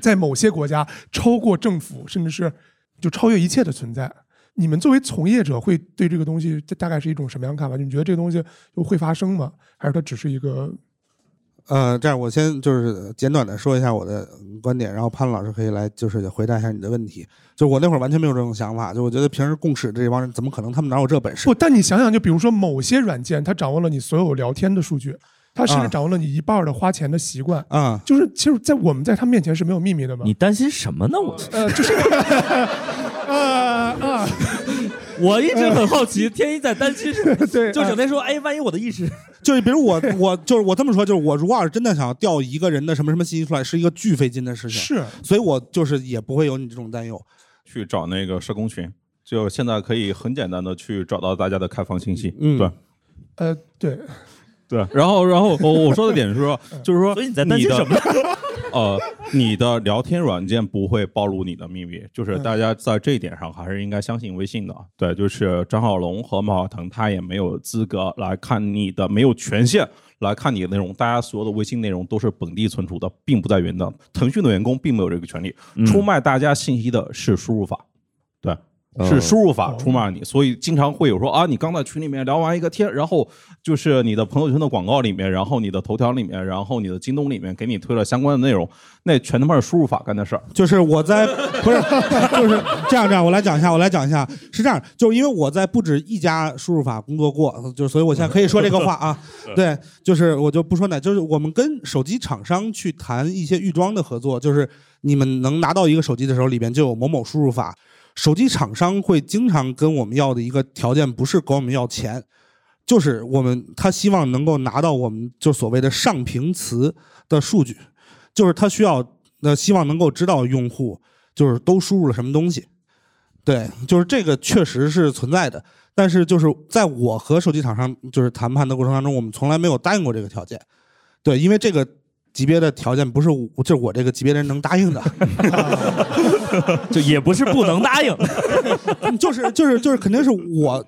Speaker 5: 在某些国家超过政府，甚至是就超越一切的存在。你们作为从业者，会对这个东西这大概是一种什么样的看法？你觉得这个东西又会发生吗？还是它只是一个
Speaker 2: 呃，这样我先就是简短的说一下我的观点，然后潘老师可以来就是回答一下你的问题。就我那会儿完全没有这种想法，就我觉得平时共事这帮人怎么可能他们哪有这本事
Speaker 5: 不？？但你想想，就比如说某些软件，它掌握了你所有聊天的数据，它甚至
Speaker 2: 啊
Speaker 5: 掌握了你一半儿的花钱的习惯。
Speaker 2: 啊、
Speaker 5: 就是，其实，在我们在它面前是没有秘密的嘛。
Speaker 3: 你担心什么呢？我
Speaker 5: 呃，就是，呃啊，
Speaker 3: 我一直很好奇，天一在担心 什么？
Speaker 5: 对，
Speaker 3: 就
Speaker 5: 啊
Speaker 3: 整天说，哎，万一我的意 识
Speaker 2: 就是比如我我就是我这么说，就是我如果要是真的想要调一个人的什么什么信息出来，是一个巨费劲的事情，
Speaker 5: 是
Speaker 2: 所以我就是也不会有你这种担忧。
Speaker 4: 去找那个社工群，就现在可以很简单的去找到大家的开放信息。
Speaker 2: 嗯
Speaker 4: 对
Speaker 5: 呃，对，
Speaker 4: 对。然后，然后我我说的点是 说，就是说，
Speaker 3: 所以你在担心
Speaker 4: 的
Speaker 3: 什么？
Speaker 4: 呃，你的聊天软件不会暴露你的秘密，就是
Speaker 3: 嗯
Speaker 4: 大家在这一点上还是应该相信微信的。啊对，就是张小龙和马化腾，他也没有资格来看你的，没有权限来看你的内容。大家所有的微信内容都是本地存储的，并不在云的。腾讯的员工并没有这个权利，
Speaker 3: 嗯
Speaker 4: 出卖大家信息的是输入法。对。是
Speaker 3: 哦
Speaker 4: 输入法出卖你，所以经常会有说啊，你刚在群里面聊完一个天，然后就是你的朋友圈的广告里面，然后你的头条里面，然后你的京东里面给你推了相关的内容，那全他妈是输入法干的事儿。
Speaker 2: 就是我在不是就是这样这样，我来讲一下，我来讲一下，是这样，就是因为我在不止一家输入法工作过，就是所以我现在可以说这个话啊，对，就是我就不说哪，就是我们跟手机厂商去谈一些预装的合作，就是你们能拿到一个手机的时候，里边就有某某输入法，手机厂商会经常跟我们要的一个条件不是管我们要钱，就是我们他希望能够拿到我们就所谓的上屏词的数据，就是他需要呃希望能够知道用户就是都输入了什么东西，对，就是这个确实是存在的，但是就是在我和手机厂商就是谈判的过程当中，我们从来没有答应过这个条件，对，因为这个。级别的条件不是我，就是我这个级别的人能答应的，
Speaker 3: 就也不是不能答 应，
Speaker 2: 就是就是就是，肯定是我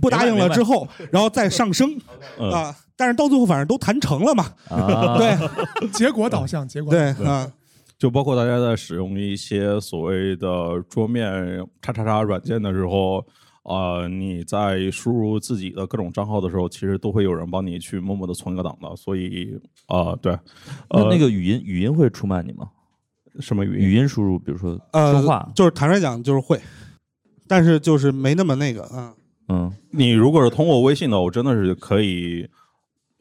Speaker 2: 不答应
Speaker 3: 明白明
Speaker 2: 了
Speaker 3: 白
Speaker 2: 之后，然后再上升
Speaker 4: 嗯
Speaker 2: 啊、但是到最后反正都谈成了嘛，
Speaker 3: 啊，
Speaker 2: 对
Speaker 5: 结果导向，结果
Speaker 2: 对啊，
Speaker 4: 就包括大家在使用一些所谓的桌面叉叉叉软件的时候，呃，你在输入自己的各种账号的时候，其实都会有人帮你去默默的存个档的。所以，呃，对，
Speaker 3: 那
Speaker 4: 呃，
Speaker 3: 那个语音语音会出卖你吗？
Speaker 4: 什么语音？
Speaker 3: 语音输入，比如说
Speaker 2: 呃，
Speaker 3: 说话，
Speaker 2: 就是坦率讲就是会，但是就是没那么那个啊。
Speaker 3: 嗯，
Speaker 4: 你如果是通过微信的，我真的是可以。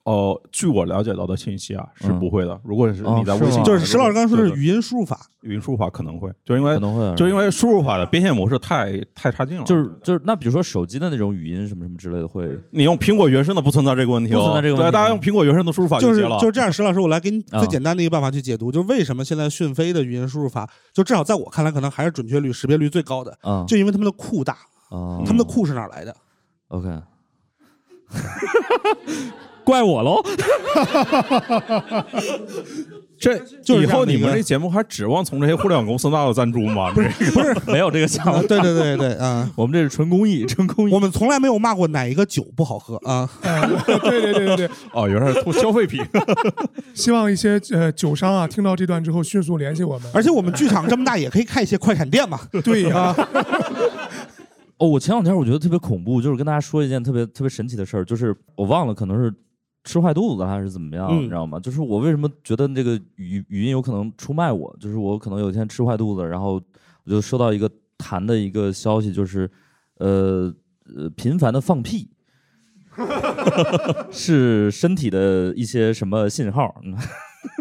Speaker 4: 呃，据我了解到的信息啊，是
Speaker 3: 嗯
Speaker 4: 不会的。如果是
Speaker 3: 哦
Speaker 4: 你在
Speaker 3: 是
Speaker 4: 微信，
Speaker 6: 啊
Speaker 3: 吗
Speaker 2: 就是石老师刚才说的
Speaker 4: 对
Speaker 2: 是
Speaker 4: 对
Speaker 2: 语音输入法，
Speaker 4: 语音输入法可能会，就因为
Speaker 3: 可能会啊
Speaker 4: 就因为输入法的变现模式太太差劲了。
Speaker 3: 就是就是那比如说手机的那种语音什么什么之类的会
Speaker 4: 你用苹果原生的不存在这个问题哦，
Speaker 3: 不存在这个问题
Speaker 4: 对，大家用苹果原生的输
Speaker 6: 啊
Speaker 4: 入法
Speaker 2: 就是
Speaker 4: 行了。
Speaker 2: 就是这样。石老师，我来给你
Speaker 3: 啊
Speaker 2: 最简单的一个办法去解读，就是为什么现在讯飞的语音输入法，就至少在我看来，可能还是准确率、识别率最高的，
Speaker 3: 啊
Speaker 2: 就因为他们的库大，
Speaker 3: 啊
Speaker 2: 他们的库是哪儿来的？
Speaker 3: OK 怪我喽。
Speaker 4: 这
Speaker 2: 就是
Speaker 4: 以
Speaker 2: 这样
Speaker 4: 后
Speaker 2: 的
Speaker 4: 你
Speaker 2: 一个
Speaker 4: 们这节目还指望从这些互联网公司拿到赞助吗？不是，
Speaker 2: 不是，
Speaker 3: 没有这个项
Speaker 2: 啊
Speaker 3: 目，
Speaker 2: 对对对对啊，
Speaker 3: 我们这是纯公益，纯公益。
Speaker 2: 我们从来没有骂过哪一个酒不好喝啊。
Speaker 5: 呃对对对对对，
Speaker 4: 哦，原来是消费品。
Speaker 5: 希望一些呃酒商啊听到这段之后迅速联系我们。
Speaker 2: 而且我们剧场这么大，也可以开一些快闪店嘛。
Speaker 5: 对呀、
Speaker 3: 哦，我前两天我觉得特别恐怖，就是跟大家说一件特别特别神奇的事儿，就是我忘了，可能是吃坏肚子了还是怎么样，
Speaker 2: 嗯
Speaker 3: 你知道吗？就是我为什么觉得这个语语音有可能出卖我，就是我可能有一天吃坏肚子，然后我就收到一个痰的一个消息，就是呃呃频繁的放屁。是身体的一些什么信号？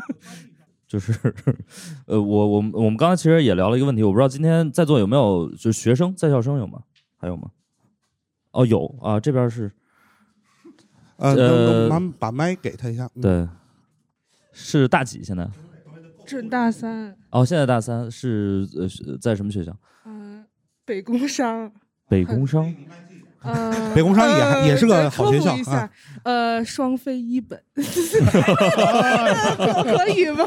Speaker 3: 就是，呃，我我们我们刚才其实也聊了一个问题，我不知道今天在座有没有就是学生在校生有吗？还有吗？哦，有啊，这边是
Speaker 2: 呃，
Speaker 3: 呃
Speaker 2: 能能把把麦给他一下。嗯，
Speaker 3: 对，是大几现在？
Speaker 7: 这大三，
Speaker 3: 哦，现在大三是呃是在什么学校？
Speaker 7: 嗯、北 工商，
Speaker 3: 北工 商。
Speaker 7: 呃，
Speaker 2: 北工商也还
Speaker 7: 呃、
Speaker 2: 也是个
Speaker 7: 再
Speaker 2: 好
Speaker 7: 科
Speaker 2: 学
Speaker 7: 普
Speaker 2: 校
Speaker 7: 一下
Speaker 2: 啊
Speaker 7: 呃，双非 一本，可以吗？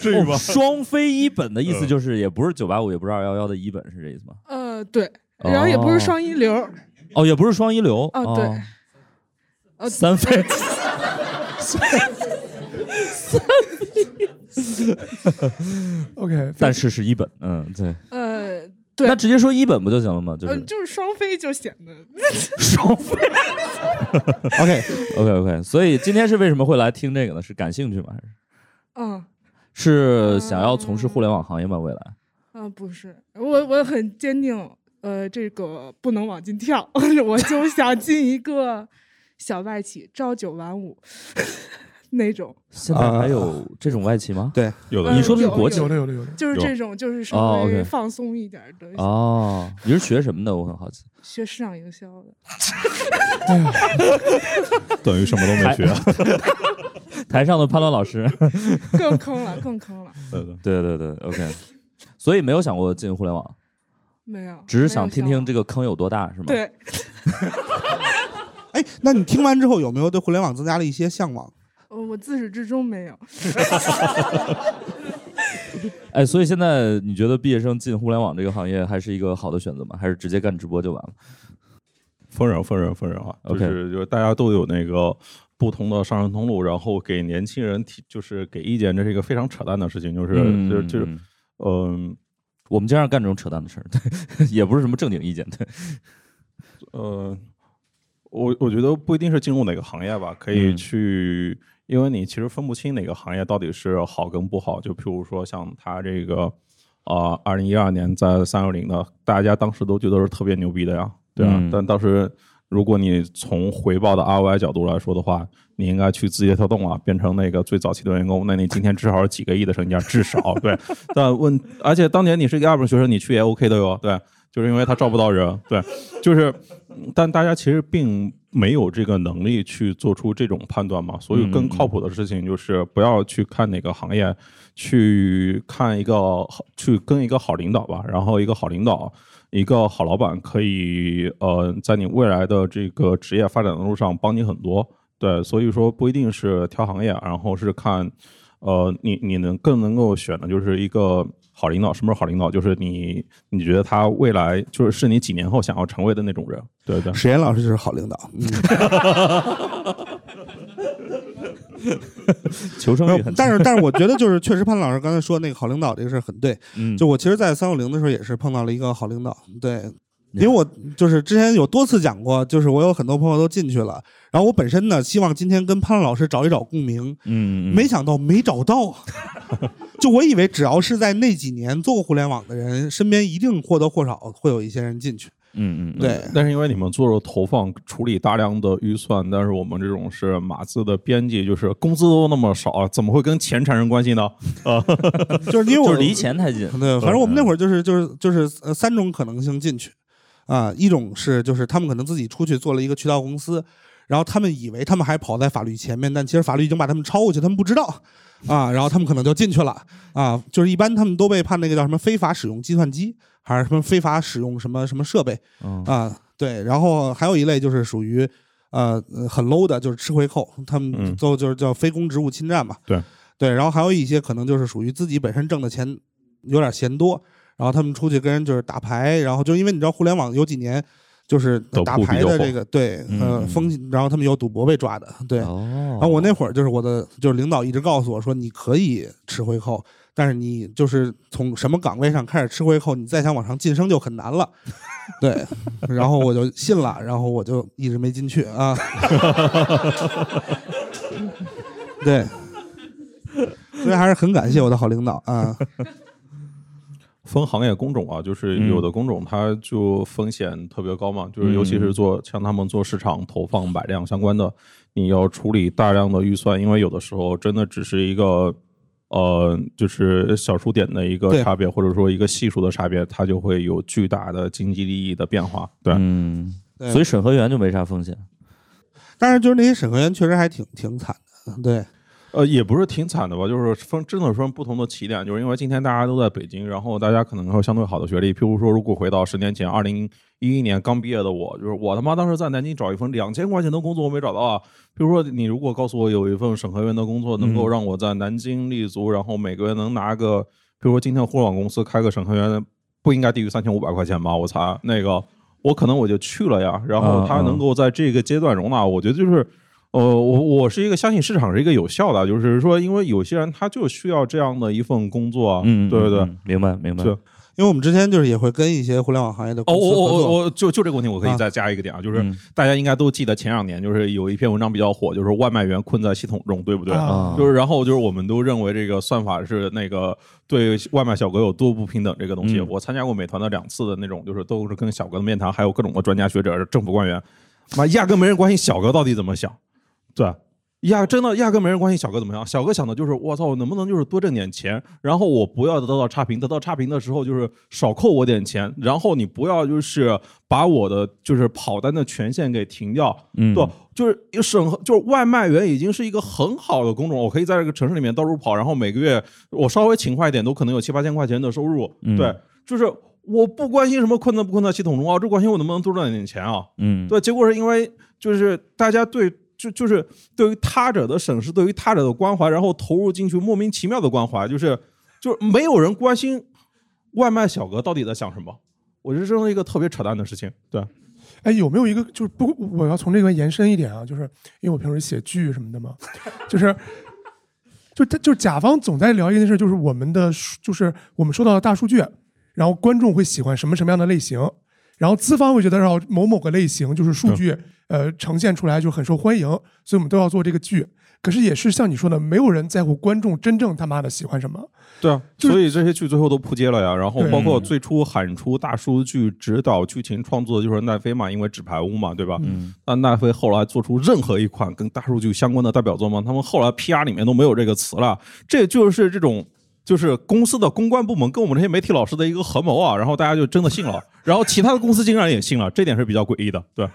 Speaker 3: 对吧？哦双非一本的意
Speaker 7: 嗯
Speaker 3: 思就是也不是九八五，也不是二幺幺的一本，是这意思吗？
Speaker 7: 呃，对，然后也不是双一流，
Speaker 3: 哦，也不是双一流。
Speaker 7: 哦对
Speaker 3: 哦
Speaker 7: 哦
Speaker 3: 三非。
Speaker 5: OK，
Speaker 3: 但是是一本，嗯，对，
Speaker 7: 呃，对
Speaker 3: 那直接说一本不就行了吗？就
Speaker 7: 呃，
Speaker 3: 是
Speaker 7: 就是双非就显得，
Speaker 3: 双 非。
Speaker 2: OK，
Speaker 3: OK OK，所以今天是为什么会来听这个呢？是感兴趣吗？还是
Speaker 7: 嗯、
Speaker 3: 是想要从事互联网行业吗？未来？
Speaker 7: 啊、不是，我我很坚定，呃，这个不能往进跳， 我就想进一个小外企，朝九晚五 那种，
Speaker 3: 现在还有这种外企吗？
Speaker 2: 对，
Speaker 4: 有的
Speaker 7: 嗯
Speaker 3: 你说的是
Speaker 7: 有
Speaker 3: 国企
Speaker 5: 有的有的有的，
Speaker 7: 就是
Speaker 4: 有
Speaker 7: 这种，就是
Speaker 3: 哦
Speaker 7: 稍微
Speaker 3: ，OK
Speaker 7: 放松一点的，
Speaker 3: 哦，你是学什么的？我很好奇。
Speaker 7: 学市场营销的。
Speaker 4: 等于什么都没学。
Speaker 3: 台上的潘乱老师。
Speaker 7: 更坑了，更坑了，
Speaker 4: 对对
Speaker 3: 对对对，OK。所以没有想过进互联网，
Speaker 7: 没有，
Speaker 3: 只是
Speaker 7: 没
Speaker 3: 想
Speaker 7: 有
Speaker 3: 听听这
Speaker 7: 个。
Speaker 3: 个坑有多大，是吗？，
Speaker 7: 对，
Speaker 2: 哎，那你听完之后有没有对互联网增加了一些向往？
Speaker 7: 呃我我自始至终没有。
Speaker 3: 哎，所以现在你觉得毕业生进互联网这个行业还是一个好的选择吗？还是直接干直播就完了？
Speaker 4: 分人分人分人啊，就
Speaker 3: OK
Speaker 4: 是就是大家都有那个不同的上升通路，然后给年轻人提就是给意见，这是一个非常扯淡的事情，就是就是就是
Speaker 3: 嗯
Speaker 4: 嗯
Speaker 3: 我们经常干这种扯淡的事儿，对， 也不是什么正经意见，对，
Speaker 4: 呃，我我觉得不一定是进入哪个行业吧，可以
Speaker 3: 嗯
Speaker 4: 去，因为你其实分不清哪个行业到底是好跟不好。就譬如说像他这个，呃，二零一二年在三六零的，大家当时都觉得是特别牛逼的呀，对啊。
Speaker 3: 嗯
Speaker 4: 但当时如果你从回报的 ROI 角度来说的话，你应该去字节跳动啊，变成那个最早期的员工，那你今天至少是几个亿的身价，至少对。 但问，而且当年你是一个 UP 学生，你去也 OK 的哟，对。就是因为他招不到人，对，就是，但大家其实并没有这个能力去做出这种判断嘛，所以更靠谱的事情就是不要去看哪个行业，去看一个去跟一个好领导吧，然后一个好领导，一个好老板可以呃，在你未来的这个职业发展的路上帮你很多，对，所以说不一定是挑行业，然后是看呃，你你能更能够选的就是一个好领导。什么是好领导？就是你你觉得他未来就是是你几年后想要成为的那种人，对对。
Speaker 2: 史岩老师就是好领导，嗯
Speaker 3: 求生
Speaker 2: 没
Speaker 3: 欲
Speaker 2: 有
Speaker 3: 很，强。
Speaker 2: 但是但是我觉得就是确实潘老师刚才说那个好领导这个事儿很对。
Speaker 3: 嗯，
Speaker 2: 就我其实，在三六零的时候也是碰到了一个好领导，对，因为我就是之前有多次讲过，就是我有很多朋友都进去了，然后我本身呢希望今天跟潘老师找一找共鸣，
Speaker 3: 嗯，嗯嗯
Speaker 2: 没想到没找到 啊。就我以为只要是在那几年做过互联网的人，身边一定或多或少会有一些人进去。
Speaker 3: 嗯嗯，嗯
Speaker 2: 对，
Speaker 4: 但是因为你们做了投放，处理大量的预算，但是我们这种是码字的编辑，就是工资都那么少，啊怎么会跟钱产生关系呢？
Speaker 3: 嗯
Speaker 2: 就是因为我
Speaker 3: 就是离钱太近，
Speaker 2: 对，反正我们那会儿就是就是就是呃三种可能性进去，啊，一种是就是他们可能自己出去做了一个渠道公司，然后他们以为他们还跑在法律前面，但其实法律已经把他们超过去，他们不知道啊，然后他们可能就进去了啊，就是一般他们都被判那个叫什么非法使用计算机，还是什么非法使用什么什么设备
Speaker 3: 嗯
Speaker 2: 啊，对，然后还有一类就是属于呃呃很 low 的，就是吃回扣，他们
Speaker 4: 嗯
Speaker 2: 都就是叫非公职务侵占嘛。
Speaker 4: 对
Speaker 2: 对，然后还有一些可能就是属于自己本身挣的钱有点嫌多，然后他们出去跟人就是打牌，然后就因为你知道互联网有几年就是
Speaker 4: 赌
Speaker 2: 打
Speaker 4: 博比
Speaker 2: 牌
Speaker 4: 较
Speaker 2: 的这
Speaker 4: 火
Speaker 2: 个对呃
Speaker 3: 嗯
Speaker 2: 风气，然后他们有赌博被抓的，
Speaker 4: 啊
Speaker 2: 对。
Speaker 3: 哦
Speaker 2: 然后我那会儿就是我的，就是领导一直告诉我说，你可以吃回扣，但是你就是从什么岗位上开始吃回扣，你再想往上晋升就很 难了。对，然后我就信了，然后我就一直没进去啊。 对，所以还是很感谢我的好领导啊。
Speaker 4: 分行业工种啊，就是
Speaker 3: 嗯
Speaker 4: 有的工种它就风险特别高嘛，就是尤其是做像他们做市场投放摆量相关的，你要处理大量的预算，因为有的时候真的只是一个呃，就是小数点的一
Speaker 2: 对
Speaker 4: 个差别，或者说一个系数的差别，它就会有巨大的经济利益的变化。对，
Speaker 3: 嗯，
Speaker 2: 对
Speaker 3: 所以审核员就没啥风险。
Speaker 2: 但是就是那些审核员确实还挺挺惨的，对，
Speaker 4: 呃，也不是挺惨的吧，就是分真的分不同的起点，就是因为今天大家都在北京，然后大家可能会有相对好的学历，譬如说，如果回到十年前，二零一一年刚毕业的我，就是我他妈当时在南京找一份两千块钱的工作，我没找到啊。比如说，你如果告诉我有一份审核员的工作，
Speaker 3: 嗯
Speaker 4: 能够让我在南京立足，然后每个月能拿个，比如说今天互联网公司开个审核员，不应该低于三千五百块钱吧？我才那个，我可能我就去了呀。然后他
Speaker 3: 嗯嗯
Speaker 4: 能够在这个阶段容纳，我觉得就是。呃，我我是一个相信市场是一个有效的，啊就是说，因为有些人他就需要这样的一份工作啊，
Speaker 3: 嗯，嗯
Speaker 4: 对对对，
Speaker 3: 嗯，明白明白。
Speaker 4: 是
Speaker 2: 因为我们之前就是也会跟一些互联网行业的
Speaker 4: 哦，
Speaker 2: 公司合
Speaker 4: 我
Speaker 2: 作，
Speaker 4: 我我我就就这个问题，我可
Speaker 2: 啊
Speaker 4: 以再加一个点啊，就是
Speaker 3: 嗯
Speaker 4: 大家应该都记得前两年就是有一篇文章比较火，就是外卖员困在系统中，对不对？
Speaker 3: 啊，
Speaker 5: 啊
Speaker 4: 就是然后就是我们都认为这个算法是那个对外卖小哥有多不平等这个东西。
Speaker 3: 嗯
Speaker 4: 我参加过美团的两次的那种，就是都是跟小哥的面谈，还有各种的专家学者、政府官员，妈压根没人关心小哥到底怎么想，对。压真的压根没人关心小哥怎么想，小哥想的就是我操，我能不能就是多挣点钱，然后我不要得到差评，得到差评的时候就是少扣我点钱，然后你不要就是把我的就是跑单的权限给停掉，
Speaker 3: 嗯，
Speaker 4: 对，就是审核，就是外卖员已经是一个很好的工种，我可以在这个城市里面到处跑，然后每个月我稍微勤快一点，都可能有七八千块钱的收入。
Speaker 3: 嗯
Speaker 4: 对，就是我不关心什么困在不困在系统中啊，只关心我能不能多赚点钱啊。
Speaker 3: 嗯，
Speaker 4: 对，结果是因为就是大家对就就是对于他者的审视，对于他者的关怀，然后投入进去莫名其妙的关怀，就是就是没有人关心外卖小哥到底在想什么。我觉得这是一个特别扯淡的事情。对，
Speaker 5: 哎，有没有一个就是不？我要从这个延伸一点啊，就是因为我平时写剧什么的嘛， 就是就他就是甲方总在聊一件事，就是我们的数就是我们收到的大数据，然后观众会喜欢什么什么样的类型，然后资方会觉得让某某个类型就是数据、呃呈现出来就很受欢迎，所以我们都要做这个剧。可是也是像你说的，没有人在乎观众真正他妈的喜欢什么。
Speaker 4: 对啊，
Speaker 5: 就是
Speaker 4: 所以这些剧最后都扑街了呀。然后
Speaker 5: 对
Speaker 4: 包括最初喊出大数据指导剧情创作的就是奈飞嘛，因为纸牌屋嘛，对吧？
Speaker 3: 嗯，
Speaker 4: 但奈飞后来做出任何一款跟大数据相关的代表作吗？他们后来 PR 里面都没有这个词了。这就是这种。就是公司的公关部门跟我们这些媒体老师的一个合谋啊，然后大家就真的信了，然后其他的公司竟然也信了，这点是比较诡异的，对。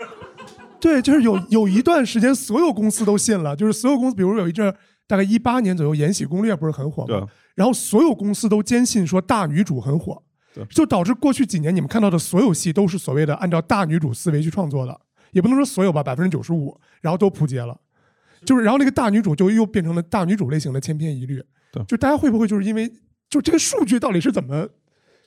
Speaker 5: 对，就是有有一段时间，所有公司都信了，就是所有公司，比如有一阵儿大概一八年左右，《延禧攻略》不是很火
Speaker 4: 对
Speaker 5: 吗？然后所有公司都坚信说大女主很火
Speaker 4: 对，
Speaker 5: 就导致过去几年你们看到的所有戏都是所谓的按照大女主思维去创作的，也不能说所有吧，百分之九十五，然后都扑街了，就是然后那个大女主就又变成了大女主类型的千篇一律，
Speaker 4: 对
Speaker 5: 就大家会不会就是因为就这个数据到底是怎么？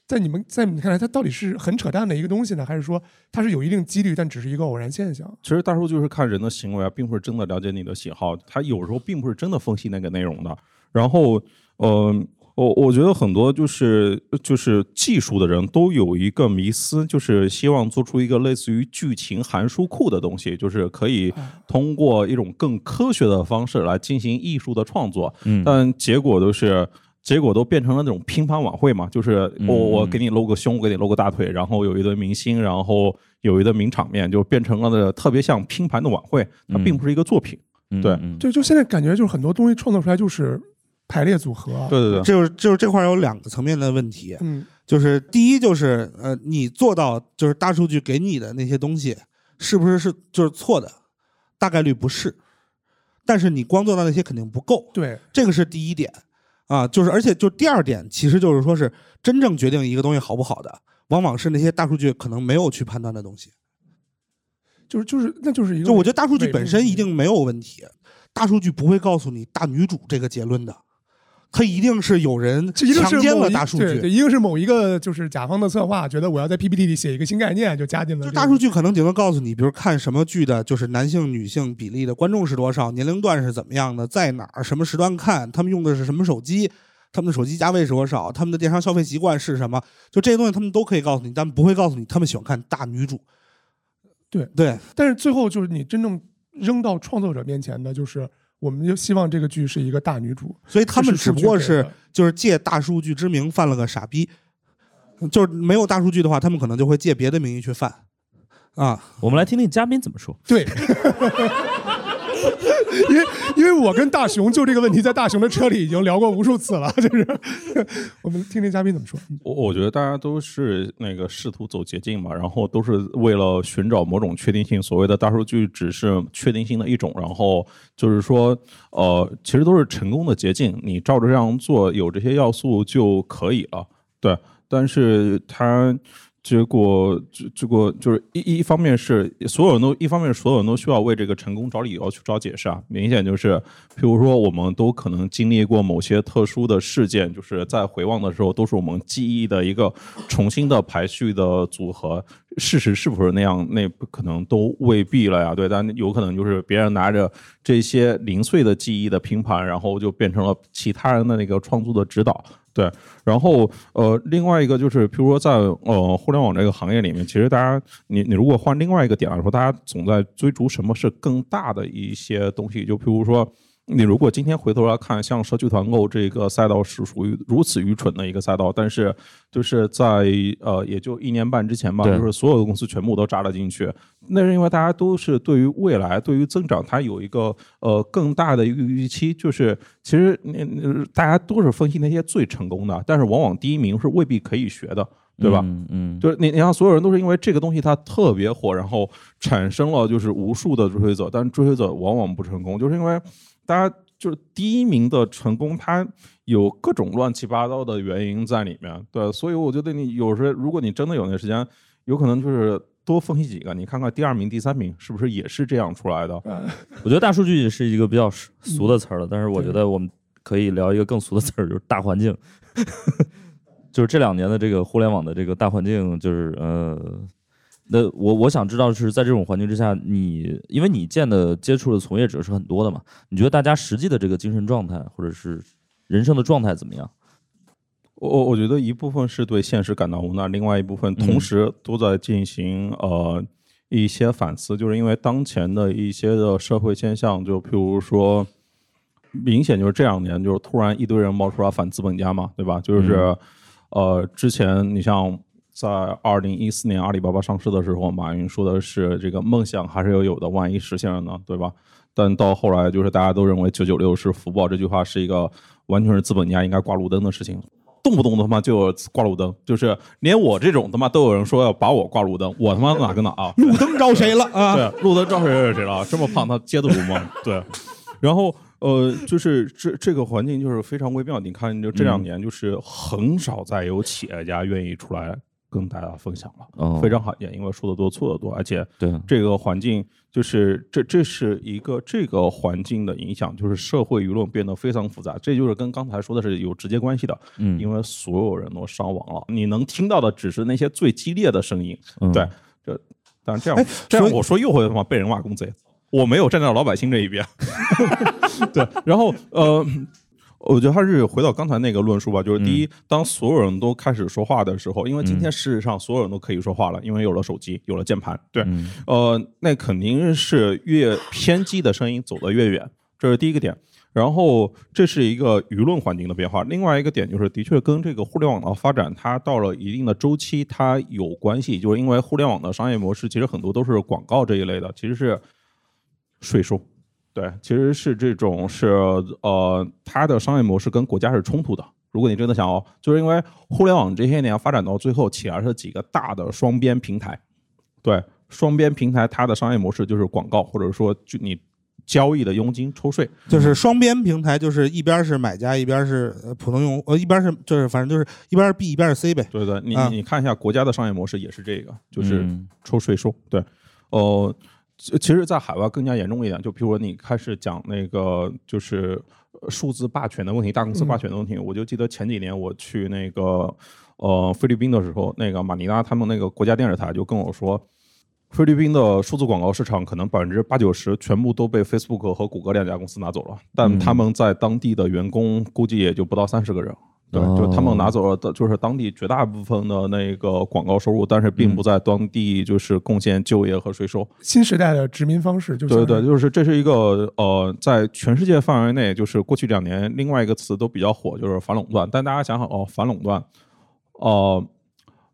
Speaker 5: 在你们在你们看来，它到底是很扯淡的一个东西呢，还是说它是有一定几率，但只是一个偶然现象？
Speaker 4: 其实大数据是看人的行为啊，并不是真的了解你的喜好，它有时候并不是真的分析那个内容的。然后，呃，我我觉得很多就是就是技术的人都有一个迷思，就是希望做出一个类似于剧情函数库的东西，就是可以通过一种更科学的方式来进行艺术的创作。
Speaker 3: 嗯
Speaker 4: 但结果都是。结果都变成了那种拼盘晚会嘛，就是
Speaker 3: 嗯
Speaker 4: 我我给你露个胸，我给你露个大腿，然后有一堆明星，然后有一堆名场面，就变成了那个特别像拼盘的晚会，它
Speaker 3: 嗯
Speaker 4: 并不是一个作品。
Speaker 3: 嗯
Speaker 4: 对
Speaker 3: 嗯
Speaker 5: 对，就现在感觉就是很多东西创作出来就是排列组合啊。
Speaker 4: 对对对，
Speaker 2: 这就是就是这块儿有两个层面的问题，
Speaker 5: 嗯，
Speaker 2: 就是第一就是呃，你做到就是大数据给你的那些东西，是不是是就是错的？大概率不是，但是你光做到那些肯定不够，
Speaker 5: 对，
Speaker 2: 这个是第一点啊。就是而且就第二点，其实就是说是真正决定一个东西好不好的，往往是那些大数据可能没有去判断的东西。
Speaker 5: 就是就是那就是一个
Speaker 2: 就我觉得大数据
Speaker 5: 伪
Speaker 2: 本
Speaker 5: 命
Speaker 2: 身
Speaker 5: 题
Speaker 2: 一定没有问题，大数据不会告诉你大女主这个结论的，它一定是有人
Speaker 5: 这一定是
Speaker 2: 强奸
Speaker 5: 某
Speaker 2: 了
Speaker 5: 一
Speaker 2: 大数
Speaker 5: 对，
Speaker 2: 据。
Speaker 5: 对一定是某一个就是甲方的策划觉得我要在 PPT 里写一个新概念，就加进了
Speaker 2: 就
Speaker 5: 这个、
Speaker 2: 大数据可能只能告诉你，比如看什么剧的，就是男性、女性比例的观众是多少，年龄段是怎么样的，在哪儿、什么时段看，他们用的是什么手机，他们的手机价位是多少，他们的电商消费习惯是什么，就这些东西他们都可以告诉你，但不会告诉你他们喜欢看大女主。
Speaker 5: 对
Speaker 2: 对，
Speaker 5: 但是最后就是你真正扔到创作者面前的，就是我们就希望这个剧是一个大女主，
Speaker 2: 所以他们
Speaker 5: 这
Speaker 2: 只
Speaker 5: 数
Speaker 2: 不
Speaker 5: 据
Speaker 2: 过
Speaker 5: 给
Speaker 2: 是
Speaker 5: 的
Speaker 2: 就是借大数据之名犯了个傻逼，就是没有大数据的话，他们可能就会借别的名义去犯啊。
Speaker 3: 我们来听听嘉宾怎么说。
Speaker 5: 对。 因为因为我跟大熊就这个问题，在大熊的车里已经聊过无数次了，就是 我们听听嘉宾怎 么说。
Speaker 4: 我我觉得大家都是那个试图走捷径嘛，然后都是为了寻找某种确定性。所谓的大数据只是确定性的一种，然后就是说，呃，其实都是成功的捷径。你照着这样做，有这些要素就可以了。对，但是它结果结结果就是一一方面是呃所有人都一方面所有人都需要为这个成功找理由去找解释啊。明显就是，譬如说我们都可能经历过某些特殊的事件，就是在回望的时候，都是我们记忆的一个重新的排序的组合。事实是不是那样，那不可能都未必了呀。对，但有可能就是别人拿着这些零碎的记忆的拼盘，然后就变成了其他人的那个创作的指导。对，然后呃，另外一个就是，譬如说在呃互联网这个行业里面，其实大家，你你如果换另外一个点来说，大家总在追逐什么是更大的一些东西，就譬如说。你如果今天回头来看，像社区团购这个赛道是属于如此愚蠢的一个赛道，但是就是在呃也就一年半之前吧，
Speaker 3: 对
Speaker 4: 就是所有的公司全部都扎了进去。那是因为大家都是对于未来、对于增长，它有一个呃更大的预预期，就是其实你你大家都是分析那些最成功的，但是往往第一名是未必可以学的，对吧？
Speaker 3: 嗯嗯，
Speaker 4: 就是你，你看，所有人都是因为这个东西它特别火，然后产生了就是无数的追随者，但追随者往往不成功，就是因为大家就是第一名的成功，它有各种乱七八糟的原因在里面。对，所以我觉得你有时候如果你真的有那时间，有可能就是多分析几个，你看看第二名、第三名是不是也是这样出来的。
Speaker 3: 我觉得大数据是一个比较俗俗的词儿了，但是我觉得我们可以聊一个更俗的词儿，就是大环境。 就是这两年的这个互联网的这个大环境，就是呃，那我我想知道是在这种环境之下，你因为你见的接触的从业者是很多的嘛，你觉得大家实际的这个精神状态或者是人生的状态怎么样？
Speaker 4: 我我我觉得一部分是对现实感到无奈，另外一部分同时都在进行、呃一些反思，就是因为当前的一些的社会现象，就譬如说，明显就是这两年就是突然一堆人冒出来反资本家嘛，对吧？就是、呃之前你像。在二零一四年阿里巴巴上市的时候，马云说的是这个梦想还是要有的，万一实现了呢，对吧？但到后来就是大家都认为九九六是福报，这句话是一个完全是资本家应该挂路灯的事情。动不动他妈就有挂路灯，就是连我这种他妈都有人说要把我挂路灯，我他妈哪跟哪啊？
Speaker 2: 路灯招谁了啊？
Speaker 4: 对，路灯招谁惹谁了？这么胖他接得住吗？对，然后呃，就是这这个环境就是非常微妙。你看，就这两年就是很少再有企业家愿意出来跟大家分享了，
Speaker 3: 哦，
Speaker 4: 非常罕见，因为说的多错的多，而且
Speaker 3: 对，
Speaker 4: 这个环境就是这这是一个这个环境的影响，就是社会舆论变得非常复杂，这就是跟刚才说的是有直接关系的。
Speaker 3: 嗯，
Speaker 4: 因为所有人都伤亡了，你能听到的只是那些最激烈的声音。
Speaker 3: 嗯
Speaker 4: 对但这样，这
Speaker 2: 哎所
Speaker 4: 样
Speaker 2: 以
Speaker 4: 我说又会他妈被人骂公贼，我没有站到老百姓这一边。 对，然后呃，我觉得还是回到刚才那个论述吧，就是第一，
Speaker 3: 嗯
Speaker 4: 当所有人都开始说话的时候，因为今天事实上所有人都可以说话了，因为有了手机，有了键盘，对，
Speaker 3: 嗯
Speaker 4: 呃，那肯定是越偏激的声音走得越远，这是第一个点。然后这是一个舆论环境的变化，另外一个点就是，的确跟这个互联网的发展，它到了一定的周期，它有关系，就是因为互联网的商业模式其实很多都是广告这一类的，其实是税收，对，其实是这种是呃，它的商业模式跟国家是冲突的。如果你真的想要，就是因为互联网这些年发展到最后，起而是几个大的双边平台，对，双边平台它的商业模式就是广告，或者说就你交易的佣金抽税，
Speaker 2: 就是双边平台，就是一边是买家，一边是呃普通用户，呃，一边是就是反正就是一边是 B 一边是 C 呗。
Speaker 4: 对对，你
Speaker 2: 啊
Speaker 4: 你看一下国家的商业模式也是这个，就是
Speaker 3: 嗯
Speaker 4: 抽税收。对，呃，其其实，在海外更加严重一点，就比如说你开始讲那个就是呃数字霸权的问题，大公司霸权的问题，我就记得前几年我去那个呃菲律宾的时候，那个马尼拉他们那个国家电视台就跟我说。菲律宾的数字广告市场可能百分之八九十全部都被 Facebook 和谷歌两家公司拿走了，但
Speaker 3: 嗯
Speaker 4: 他们在当地的员工估计也就不到三十个人。对，就他
Speaker 3: 哦
Speaker 4: 们拿走了的，就是当地绝大部分的那个广告收入，但是并不在当地就是贡献就业和税收。
Speaker 5: 新时代的殖民方式，就
Speaker 4: 对
Speaker 5: 是
Speaker 4: 对，就是这是一个呃，在全世界范围内，就是过去两年另外一个词都比较火，就是反垄断。但大家想想哦，反垄断，呃，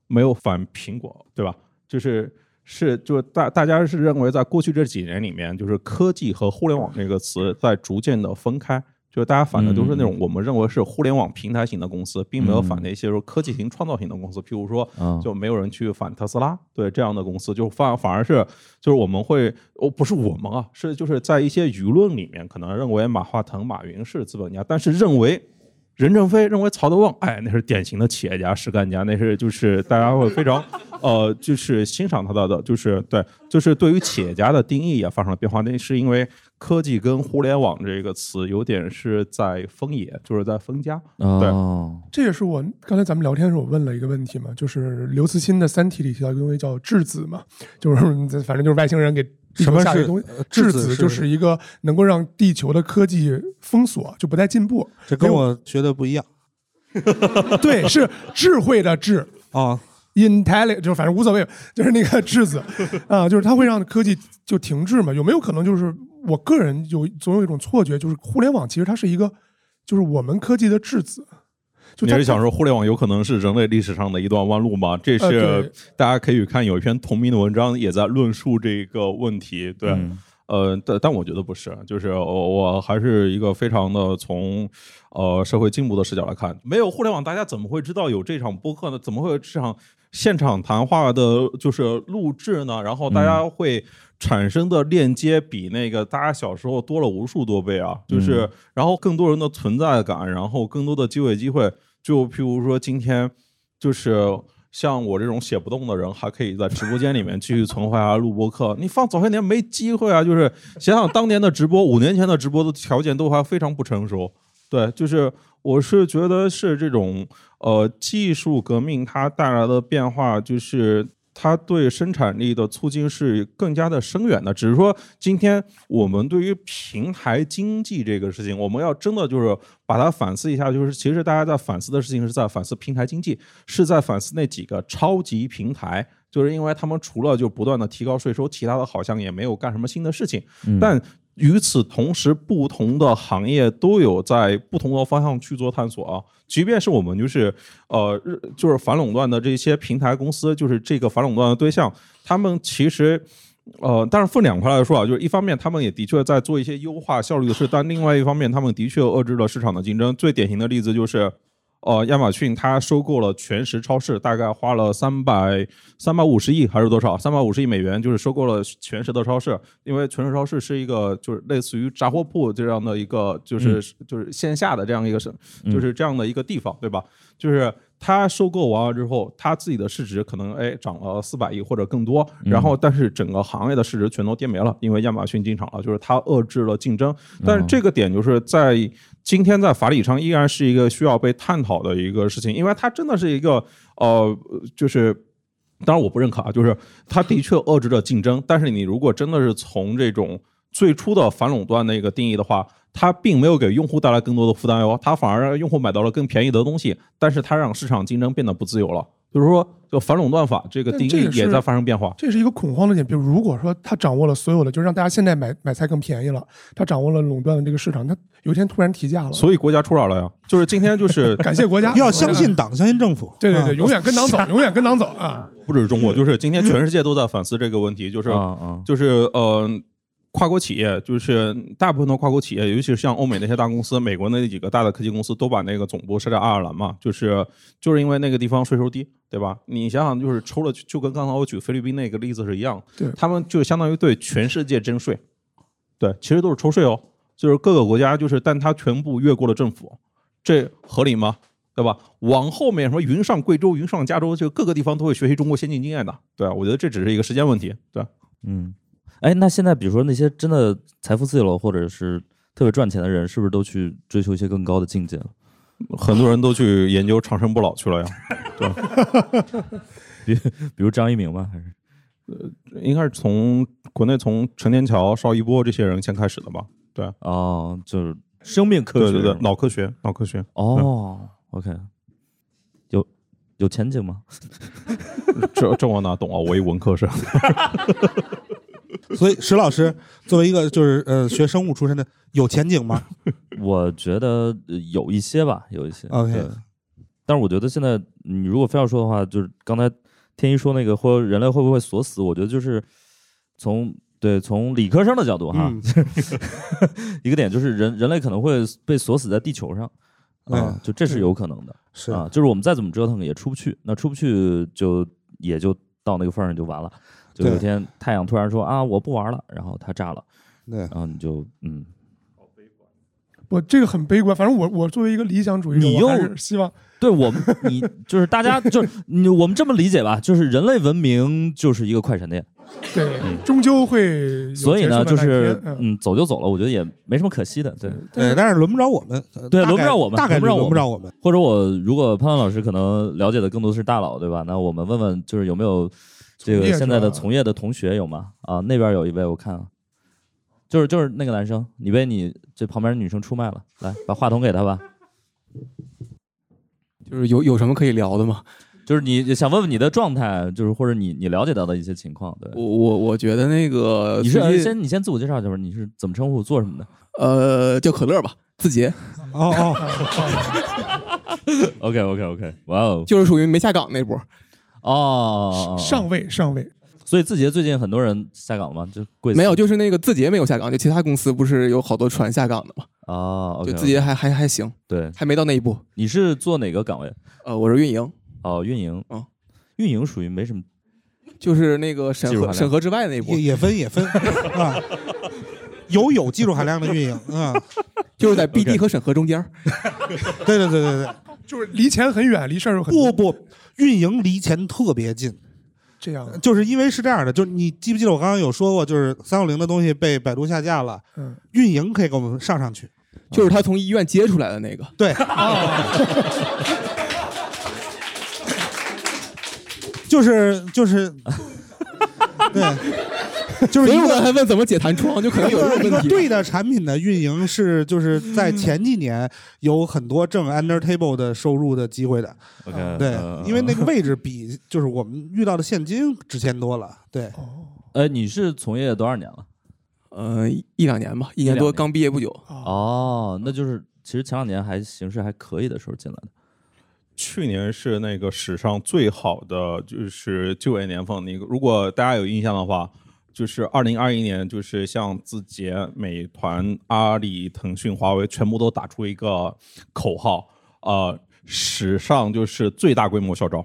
Speaker 4: 没有反苹果，对吧？就是是就是大大家是认为在过去这几年里面，就是科技和互联网这个词在逐渐的分开。就是大家反的都是那种我们认为是互联网平台型的公司，并没有反那些说科技型、创造型的公司，譬如说
Speaker 3: 啊，
Speaker 4: 就没有人去反特斯拉，对这样的公司，就反反而是就是我们会哦，不是我们啊，是就是在一些舆论里面可能认为马化腾、马云是资本家，但是认为任正非、认为曹德旺，哎，那是典型的企业家、实干家，那是就是大家会非常 呃，就是欣赏他的的，就是对，就是对于企业家的定义也发生了变化，那是因为科技跟互联网这个词有点是在分野，就是在分家，对
Speaker 3: 哦，
Speaker 5: 这也是我刚才咱们聊天的时候我问了一个问题嘛，就是刘慈欣的《三体》里提到一个东西叫质子嘛，就是 反正就是外星人给地
Speaker 2: 什
Speaker 5: 球
Speaker 2: 么
Speaker 5: 下一
Speaker 2: 是
Speaker 5: 个东西。
Speaker 2: 呃
Speaker 5: 质
Speaker 2: 质
Speaker 5: 子
Speaker 2: 子
Speaker 5: 就是一个能够让地球的科技封锁，就不再进步。
Speaker 2: 这跟我学的不一样
Speaker 5: 对，是智慧的智
Speaker 2: 啊。
Speaker 5: ，intelligent 就是反正无所谓，就是那个质子啊，就是它会让科技就停滞嘛。有没有可能就是我个人有总有一种错觉，就是互联网其实它是一个，就是我们科技的质子。就
Speaker 4: 你
Speaker 5: 它
Speaker 4: 是想说互联网有可能是人类历史上的一段弯路吗？这
Speaker 5: 呃对
Speaker 4: 是大家可以看有一篇同名的文章，也在论述这个问题。对，
Speaker 3: 嗯
Speaker 4: 呃，但但我觉得不是，就是我我还是一个非常的从呃社会进步的视角来看，没有互联网，大家怎么会知道有这场播客呢？怎么会有这场现场谈话的，就是录制呢？然后大家会产生的链接比那个大家小时候多了无数多倍啊！就是，然后更多人的存在感，然后更多的机会机会，就譬如说今天就是。像我这种写不动的人，还可以在直播间里面继续存活啊，录播课。你放早些年没机会啊，就是想想当年的直播，五年前的直播的条件都还非常不成熟。对，就是我是觉得是这种呃技术革命它带来的变化，就是它对生产力的促进是更加的深远的。只是说今天我们对于平台经济这个事情，我们要真的就是把它反思一下，就是其实大家在反思的事情是在反思平台经济，是在反思那几个超级平台。就是因为他们除了就不断的提高税收，其他的好像也没有干什么新的事情。
Speaker 3: 嗯
Speaker 4: 但与此同时，不同的行业都有在不同的方向去做探索啊。即便是我们就是呃，日就是反垄断的这些平台公司，就是这个反垄断的对象，他们其实。呃，但是分两块来说啊，就是一方面他们也的确在做一些优化效率的事，但另外一方面他们的确遏制了市场的竞争。最典型的例子就是，呃，亚马逊它收购了全食超市，大概花了三百三百五十亿还是多少？三百五十亿美元，就是收购了全食的超市，因为全食超市是一个就是类似于杂货铺这样的一个，就是、就是线下的这样一个是，
Speaker 3: 嗯
Speaker 4: 就是这样的一个地方，对吧？就是他收购完了之后，他自己的市值可能哎涨了四百亿或者更多，然
Speaker 5: 嗯
Speaker 4: 后但是整个行业的市值全都跌没了，因为亚马逊进场了，就是它遏制了竞争。但
Speaker 5: 嗯
Speaker 4: 是这个点就是在今天在法理上依然是一个需要被探讨的一个事情，因为它真的是一个呃，就是。当然，我不认可啊，就是它的确遏制了竞争，但是你如果真的是从这种最初的反垄断那个定义的话，它并没有给用户带来更多的负担哟，它反而让用户买到了更便宜的东西，但是它让市场竞争变得不自由了。就是说，就反垄断法这个
Speaker 5: 但
Speaker 4: 定
Speaker 5: 这
Speaker 4: 义
Speaker 5: 也是
Speaker 4: 也在发生变化。
Speaker 5: 这是一个恐慌的点。比如，如果说他掌握了所有的，就让大家现在买买菜更便宜了，他掌握了垄断的这个市场，他有一天突然提价了，
Speaker 4: 所以国家出来了呀，就是今天就是
Speaker 5: 感谢国家，
Speaker 2: 要相信党，相信政府。
Speaker 5: 啊 对对
Speaker 2: 啊
Speaker 5: 对，永远跟党走，永远跟党走 啊！
Speaker 4: 不止中国，就是今天全世界都在反思这个问题，就是
Speaker 3: 啊啊，
Speaker 4: 就是呃，跨国企业，就是大部分的跨国企业，尤其是像欧美那些大公司，美国那几个大的科技公司都把那个总部设在爱尔兰嘛，就是就是因为那个地方税收低，对吧？你想想，就是抽了，就跟刚才我举菲律宾那个例子是一样，
Speaker 5: 对
Speaker 4: 他们就相当于对全世界征税，对，其实都是抽税哦，就是各个国家就是，但它全部越过了政府，这合理吗？对吧？往后面什么云上贵州、云上加州，就各个地方都会学习中国先进经验的。对啊，我觉得这只是一个时间问题。对啊，
Speaker 3: 嗯，哎，那现在比如说那些真的财富自由或者是特别赚钱的人，是不是都去追求一些更高的境界了？
Speaker 4: 很多人都去研究长生不老去了呀，
Speaker 3: 比如张一鸣吧，还是
Speaker 4: 应该是从国内从陈天桥、邵一波这些人先开始的吧？
Speaker 3: 哦，就是生命科
Speaker 4: 对
Speaker 3: 学
Speaker 4: 对对
Speaker 3: 是，吗
Speaker 4: 脑科学，脑科学，
Speaker 3: 哦，OK，有有前景吗？
Speaker 4: 这这我哪懂啊？我一文科生。
Speaker 2: 所以石老师作为一个就是呃学生物出身的，有前景吗？
Speaker 3: 我觉得呃有一些吧，有一些。
Speaker 2: OK
Speaker 3: 对但是我觉得现在你如果非要说的话，就是刚才天一说那个，或者人类会不会锁死？我觉得就是从对从理科生的角度哈，
Speaker 2: 嗯，
Speaker 3: 一个点就是人人类可能会被锁死在地球上。啊
Speaker 2: 哎，
Speaker 3: 就这是有可能的
Speaker 2: 是
Speaker 3: 啊！就是我们再怎么折腾也出不去，那出不去就也就到那个份儿上就完了。就有一
Speaker 2: 对
Speaker 3: 天太阳突然说啊，我不玩了，然后它炸了，
Speaker 2: 对，
Speaker 3: 然后你就嗯，
Speaker 5: 我这个很悲观，反正我我作为一个理想主义者，
Speaker 3: 你
Speaker 5: 我还
Speaker 3: 又
Speaker 5: 是希望
Speaker 3: 对我们，你就是大家就是你，我们这么理解吧，就是人类文明就是一个快闪店，
Speaker 5: 对，终究会有
Speaker 3: 所以呢，
Speaker 5: 结束
Speaker 3: 就
Speaker 5: 的那一
Speaker 3: 是
Speaker 5: 天嗯，
Speaker 3: 嗯，走就走了，我觉得也没什么可惜的，对。
Speaker 2: 对，但是轮不着我们，呃
Speaker 3: 对
Speaker 2: 大概
Speaker 3: 轮不着我们
Speaker 2: 大概率
Speaker 3: 轮
Speaker 2: 轮
Speaker 3: 不
Speaker 2: 不
Speaker 3: 着
Speaker 2: 着我们。
Speaker 3: 或者我如果潘潘老师可能了解的更多的是大佬，对吧？那我们问问，就是有没有这
Speaker 5: 从
Speaker 3: 个
Speaker 5: 业者啊
Speaker 3: 现在的从业的同学有吗？啊，那边有一位，我看啊，就是就是那个男生，你被你这旁边的女生出卖了，来把话筒给他吧。
Speaker 8: 就是有有什么可以聊的吗？
Speaker 3: 就是你想问问你的状态，就是或者你你了解到的一些情况，对。
Speaker 8: 我我我觉得那个
Speaker 3: 你是
Speaker 8: 最近
Speaker 3: 先你先自我介绍一下吧，你是怎么称呼，做什么的
Speaker 8: 呃叫可乐吧，字节，
Speaker 2: 哦哦，
Speaker 3: ？OK OK OK，哇哦
Speaker 8: 就是属于没下岗那波。
Speaker 3: 哦，
Speaker 5: 上位上位，
Speaker 3: 所以字节最近很多人下岗了吗？就贵司
Speaker 8: 没有，就是那个字节没有下岗，就其他公司不是有好多船下岗的嘛？
Speaker 3: 哦，OK，
Speaker 8: 就字节还还还行，
Speaker 3: 对，
Speaker 8: 还没到那一步。
Speaker 3: 你是做哪个岗位？
Speaker 8: 呃，我是运营，
Speaker 3: 哦，运营
Speaker 8: 嗯，
Speaker 3: 运营属于没什么
Speaker 8: 就是那个审
Speaker 3: 技术含
Speaker 8: 核
Speaker 3: 量
Speaker 8: 审核之外那一波
Speaker 2: 也，也分也分啊，有有技术含量的运营啊，
Speaker 8: 就是在 BD 和审核中间儿。
Speaker 3: 啊
Speaker 2: 对对对对对，
Speaker 5: 就是离钱很远，离事儿又很
Speaker 2: 不不，运营离钱特别近，
Speaker 5: 这样，
Speaker 2: 就是因为是这样的，就是你记不记得我刚刚有说过，就是三六零的东西被百度下架了，
Speaker 5: 嗯，
Speaker 2: 运营可以给我们上上去，
Speaker 8: 就是他从医院接出来的那个。
Speaker 2: 对，就是就是， 对，就是
Speaker 8: 所以
Speaker 2: 一
Speaker 8: 我刚
Speaker 2: 个
Speaker 8: 才问怎么解弹窗，就可能有这
Speaker 2: 一 个
Speaker 8: 个问题。
Speaker 2: 对的产品的运营是，就是在前几年有很多挣 under table 的收入的机会的，
Speaker 3: OK，
Speaker 2: 对，
Speaker 3: 嗯
Speaker 8: 呃
Speaker 2: 因为那个位置比就是我们遇到的现金值钱多了，对，
Speaker 5: 哦
Speaker 3: 呃，你是从业多少年了？
Speaker 8: 呃，一一两年吧，一年
Speaker 3: 一两
Speaker 8: 多，
Speaker 3: 年
Speaker 8: 刚毕业不久。
Speaker 3: 哦，那就是其实前两年还形势还可以的时候进来的。
Speaker 4: 去年是那个史上最好的就是就业年 份，你如果大家有印象的话，就是二零二一年，就是像字节、美团、阿里、腾讯、华为全部都打出一个口号，呃，史上就是最大规模校招。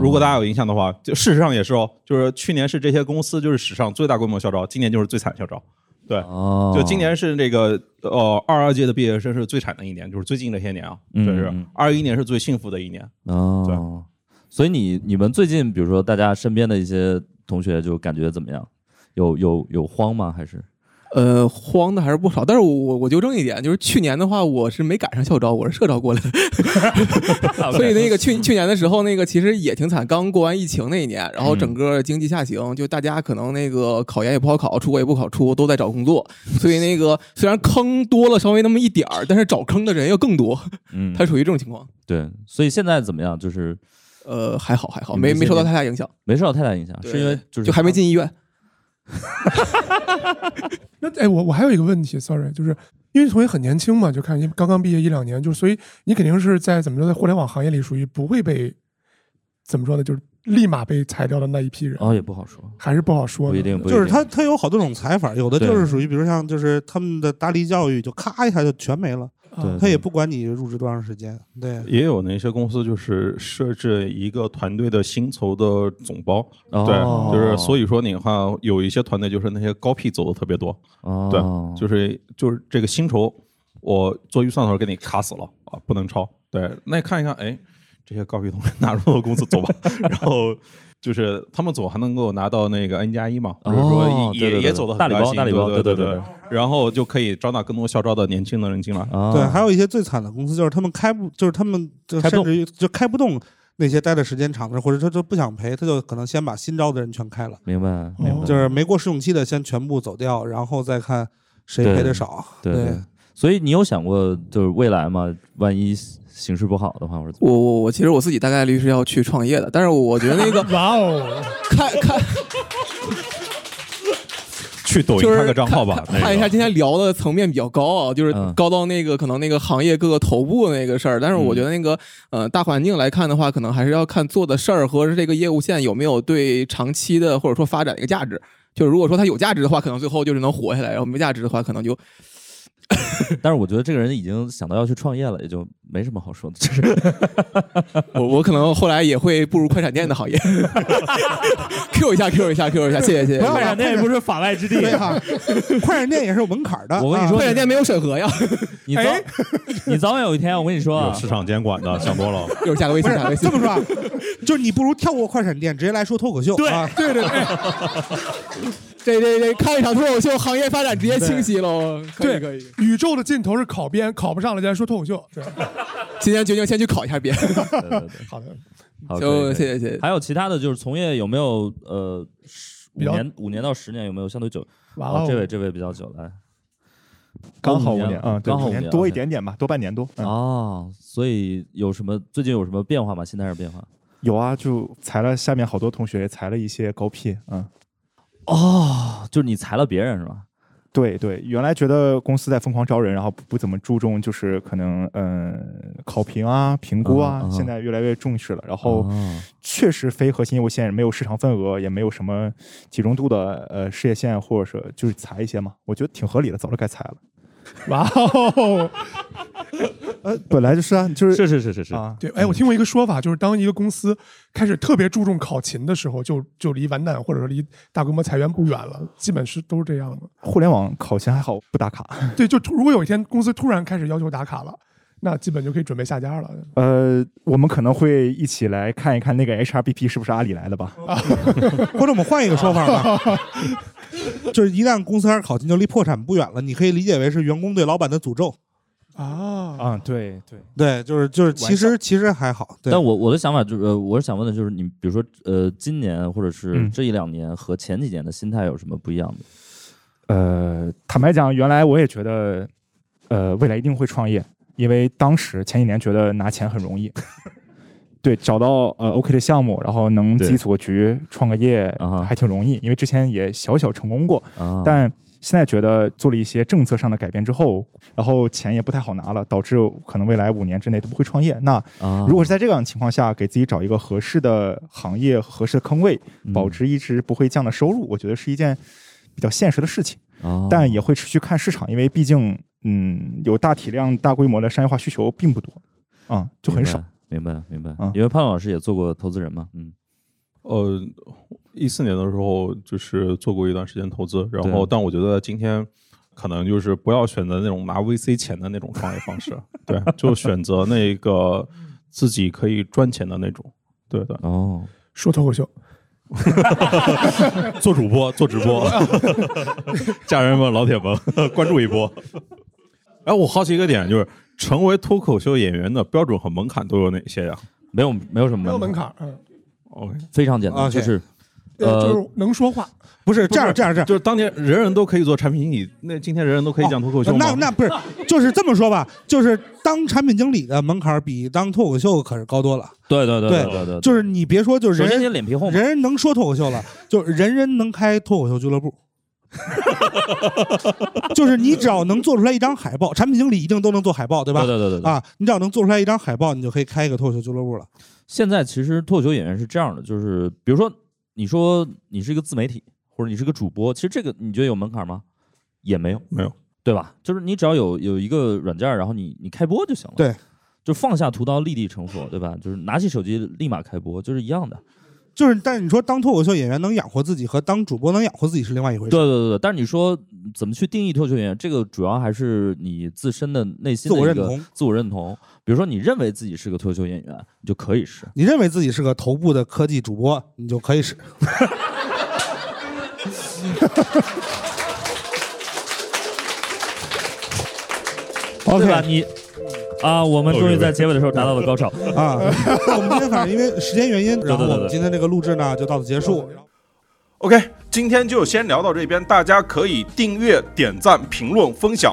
Speaker 4: 如果大
Speaker 3: 家
Speaker 4: 家有印象的话，就事实上也是哦，就是去年是这些公司就是史上最大规模校招，今年就是最惨校招。对，
Speaker 3: 哦，
Speaker 4: 就今年是这个呃二二届的毕业生是最惨的一年，就是最近这些年啊，
Speaker 3: 嗯
Speaker 4: 就是
Speaker 3: 嗯
Speaker 4: 二一年是最幸福的一年。
Speaker 3: 哦，所以你你们最近，比如说大家身边的一些同学，就感觉怎么样？有有有慌吗？还是
Speaker 8: 呃，慌的还是不少，但是我我我纠正一点，就是去年的话，我是没赶上校招，我是社招过来的，所以那个
Speaker 3: 嗯
Speaker 8: 去去年的时候，那个其实也挺惨，刚过完疫情那一年，然后
Speaker 3: 嗯
Speaker 8: 整个经济下行，就大家可能那个考研也不好考，出国也不好出，都在找 工作，所以那个虽然坑多了稍微那么一点儿，但是找坑的人又更多，
Speaker 3: 嗯，
Speaker 8: 它属于这种情况。
Speaker 3: 对，所以现在怎么样？就是
Speaker 8: 呃，还好还好，
Speaker 3: 你
Speaker 8: 没
Speaker 3: 没
Speaker 8: 没受到
Speaker 3: 见
Speaker 8: 太大影响，
Speaker 3: 没受到太大影响，
Speaker 8: 对
Speaker 3: 是因为就是
Speaker 8: 就还没进医院。
Speaker 5: 那哎，我我还有一个问题，sorry，就是因为同学很年轻嘛，就看你刚刚毕业一两年，就所以你肯定是在怎么说，在互联网行业里属于不会被怎么说呢，就是立马被裁掉的那一批人，
Speaker 3: 哦，也不好说，
Speaker 5: 还是不好说
Speaker 3: 不一
Speaker 5: 呢。
Speaker 3: 定，不一
Speaker 2: 就是
Speaker 3: 定
Speaker 2: 它它有好多种裁法，有的
Speaker 3: 对
Speaker 2: 就是属于比如像就是他们的大力教育就咔一下就全没了，
Speaker 3: 对啊
Speaker 2: 他也不管你入职多长时间，对，
Speaker 4: 也有那些公司就是设置一个团队的薪酬的总包，
Speaker 3: 哦
Speaker 4: 对，就是所以说你看有一些团队就是那些高 P 走的特别多，对
Speaker 3: 哦，
Speaker 4: 就是就是这个薪酬，我做预算的时候给你卡死了啊，不能超。对，那看一看，哎，这些高学 同学纳入了公司走吧， 然后就是他们走还能够拿到那个 N 加一嘛，或者
Speaker 3: 哦
Speaker 4: 说
Speaker 3: 对对
Speaker 4: 也
Speaker 3: 对
Speaker 4: 也走的
Speaker 3: 大
Speaker 4: 很
Speaker 3: 礼
Speaker 4: 开
Speaker 3: 包，
Speaker 4: 心，
Speaker 3: 大礼包，
Speaker 4: 对
Speaker 3: 对
Speaker 4: 对
Speaker 3: 对，
Speaker 4: 然后就可以招纳更多校招的年轻的人进来。
Speaker 3: 啊
Speaker 2: 对，还有一些最惨的公司就是他们开不，就是他们就
Speaker 3: 开不
Speaker 2: 甚至于就开不动那些待的时间长的，或者他就不想赔，他就可能先把新招的人全开了，
Speaker 3: 明白明白，
Speaker 2: 就是没过试用期的先全部走掉，然后再看谁
Speaker 3: 对
Speaker 2: 赔的少。
Speaker 3: 对对。所以你有想过就是未来吗？万一形势不好的话，或者怎么
Speaker 8: 我我我其实我自己大概率是要去创业的，但是我觉得那个
Speaker 5: 哇哦，
Speaker 8: 看看
Speaker 4: 去抖音
Speaker 8: 就是
Speaker 4: 开个账号吧，
Speaker 6: 哎
Speaker 8: 看看一下今天聊的层面比较高啊，就是
Speaker 3: 嗯
Speaker 8: 高到那个可能那个行业各个头部那个事儿。但是我觉得那个、呃大环境来看的话，可能还是要看做的事儿和这个业务线有没有对长期的或者说发展的一个价值。就是如果说它有价值的话，可能最后就是能活下来；然后没价值的话，可能就
Speaker 3: 但是我觉得这个人已经想到要去创业了，也就没什么好说的。就是
Speaker 8: 我我可能后来也会步入快闪店的行业。Q 一下，Q 一下，Q 一下，谢谢 谢谢。
Speaker 2: 快
Speaker 8: 快
Speaker 2: 闪店也
Speaker 9: 不是法外之地
Speaker 2: 对啊， 快闪店也是有门槛的。
Speaker 3: 我跟你
Speaker 2: 啊
Speaker 3: 说
Speaker 8: 闪店没有审核呀，
Speaker 3: 你早， 你早晚有一天，我跟你说
Speaker 4: 有
Speaker 3: 啊，
Speaker 4: 市场监管的，想多了。
Speaker 8: 一会儿加个微
Speaker 2: 不
Speaker 8: 信，
Speaker 2: 是
Speaker 8: 加个微信
Speaker 2: 这。么说，啊，就是你不如跳过快闪店，直接来说脱口秀。
Speaker 9: 对
Speaker 2: 啊、对对对，
Speaker 8: 这这这看一场脱口秀，行业发展直接清晰喽。可以
Speaker 5: 对
Speaker 8: 可以，
Speaker 5: 宇宙的尽头是考编，考不上了再说脱口秀。对，
Speaker 8: 今天决定先去考一下编。
Speaker 3: 对对对，
Speaker 5: 好的，
Speaker 3: 好，可以可
Speaker 8: 就
Speaker 3: 以
Speaker 8: 谢谢谢谢。
Speaker 3: 还有其他的就是从业有没有呃十五
Speaker 5: 比较
Speaker 3: 年五年到十年有没有相对久？
Speaker 5: 哇
Speaker 3: 哦，这位
Speaker 5: 哦，
Speaker 3: 这位比较久，来
Speaker 9: 刚好
Speaker 3: 五
Speaker 9: 五
Speaker 3: 年
Speaker 9: 年啊，对
Speaker 3: 刚好
Speaker 9: 五
Speaker 3: 五年
Speaker 9: 年多一点点吧，多半年多。嗯，
Speaker 3: 哦，所以有什么最近有什么变化吗？心态上变化？
Speaker 9: 有啊，就裁了下面好多同学，也裁了一些高 P，嗯。
Speaker 3: 哦，就是你裁了别人是吧？
Speaker 9: 对对，原来觉得公司在疯狂招人，然后不不怎么注重就是可能嗯、呃考评啊、评估啊，
Speaker 3: 嗯嗯嗯
Speaker 9: 现在越来越重视了。然
Speaker 8: 啊
Speaker 9: 后
Speaker 3: 哦，
Speaker 9: 确实非核心业务线没有市场份额，也没有什么集中度的呃事业线，或者说就是裁一些嘛，我觉得挺合理的，早就该裁了。
Speaker 5: 哇哦，
Speaker 3: 啊
Speaker 9: 呃，本来就是啊，就是
Speaker 3: 是是是是是，
Speaker 9: 啊，
Speaker 5: 对，哎，我听过一个说法，就是当一个公司开始特别注重考勤的时候，就就离完蛋或者说离大规模裁员不远了，基本是都是这样的。
Speaker 9: 互联网考前还好不打卡，
Speaker 5: 对，就突如果有一天公司突然开始要求打卡了，那基本就可以准备下家了。
Speaker 9: 呃，我们可能会一起来看一看那个 HRBP 是不是阿里来的吧？
Speaker 2: 或者我们换一个说法吧， 就是一旦公司开始考勤，就离破产不远了。你可以理解为是员工对老板的诅咒。
Speaker 5: 啊，
Speaker 9: 啊，对对，
Speaker 2: 对，就是就是，其实其实还好。对
Speaker 3: 但我我的想法就是，呃我是想问的就是，你比如说，呃，今年或者是
Speaker 9: 嗯
Speaker 3: 这一两年和前几年的心态有什么不一样的？
Speaker 9: 呃，坦白讲，原来我也觉得，呃，未来一定会创业，因为当时前几年觉得拿钱很 容易，对，找到呃 OK 的项目，然后能自己
Speaker 3: 对
Speaker 9: 组个局、创个业
Speaker 3: 啊哈
Speaker 9: 还挺容易，因为之前也小小成功过，
Speaker 3: 啊，
Speaker 9: 嗯但。现在觉得做了一些政策上的改变之后，然后钱也不太好拿了，导致可能未来五年之内都不会创业。那
Speaker 3: 啊
Speaker 9: 如果是在这样的情况下，给自己找一个合适的行业、合适的坑位，
Speaker 3: 嗯
Speaker 9: 保持一直不会降的收入，我觉得是一件比较现实的事情。
Speaker 3: 啊，
Speaker 9: 但也会持续看市场，因为毕竟嗯有大体量、大规模的商业化需求并不多，啊、就很少。
Speaker 3: 明白明白，
Speaker 9: 嗯
Speaker 3: 因为潘老师也做过投资人嘛，嗯，
Speaker 4: 呃，一四年的时候就是做过一段时间投资，然
Speaker 3: 对
Speaker 4: 后但我觉得今天可能就是不要选择那种拿 VC 钱的那种创业方式，对，就选择那个自己可以赚钱的那种。对的，
Speaker 3: 哦，
Speaker 5: 说脱口秀，
Speaker 4: 做主播，做直播， 家人们、老铁们，关注一波。哎，我好奇一个点，就是成为脱口秀演员的标准和门槛都有哪些呀
Speaker 3: 没有没有什么
Speaker 5: 没有门，槛，嗯，
Speaker 4: ？OK，
Speaker 3: 非常简单，
Speaker 2: OK
Speaker 3: 就是
Speaker 5: 呃，
Speaker 3: 呃
Speaker 5: 就是能说话，
Speaker 2: 不是这样这样这样，
Speaker 4: 就是当年人人都可以做产品经理，那今天人人都可以讲脱口秀吗？
Speaker 2: 哦那那不是，就是这么说吧，就是当产品经理的门槛儿比当脱口秀可是高多了。
Speaker 3: 对对对
Speaker 2: 对
Speaker 3: 对对，
Speaker 2: 就是你别说，就是
Speaker 3: 首
Speaker 2: 人
Speaker 3: 先你
Speaker 2: 人
Speaker 3: 脸皮厚嘛，
Speaker 2: 人人能说脱口秀了，就是人人能开脱口秀俱乐部。 就是你只要能做出来一张海报，产品经理一定都能做海报，对吧？
Speaker 3: 对对对对对。
Speaker 2: 啊，你只要能做出来一张海报，你就可以开一个脱口秀俱乐部了。
Speaker 3: 现在其实脱口秀演员是这样的，就是比如说你说你是一个自媒体或者你是个主播，其实这个你觉得有门槛吗？也没有，
Speaker 4: 没有，
Speaker 3: 对吧？就是你只要有有一个软件儿，然后你你开播就行了。
Speaker 2: 对，
Speaker 3: 就放下屠刀，立地成佛，对吧？就是拿起手机立马开播，就是一样的。
Speaker 2: 就是，但是你说当脱口秀演员能养活自己和当主播能养活自己是另外一回
Speaker 3: 对
Speaker 2: 事。
Speaker 3: 对对对，但是你说怎么去定义脱口秀演员，这个主要还是你自身的内心的
Speaker 2: 自我
Speaker 3: 一
Speaker 2: 认
Speaker 3: 个
Speaker 2: 同
Speaker 3: 自我认同。比如说，你认为自己是个脱口秀演员，你就可以是。
Speaker 2: 你认为自己是个头部的科技主播，你就可以 是。
Speaker 3: 对
Speaker 2: OK
Speaker 3: 吧？你啊，我们终于在结尾的时候达到了高潮。
Speaker 2: 啊，那我们今天反正因为时间原因，然后
Speaker 3: 对对对
Speaker 2: 我们今天这个录制呢就到此结
Speaker 5: 嗯
Speaker 2: 束。
Speaker 4: OK，今天就先聊到这边，大家可以订阅、点赞、评论、分享。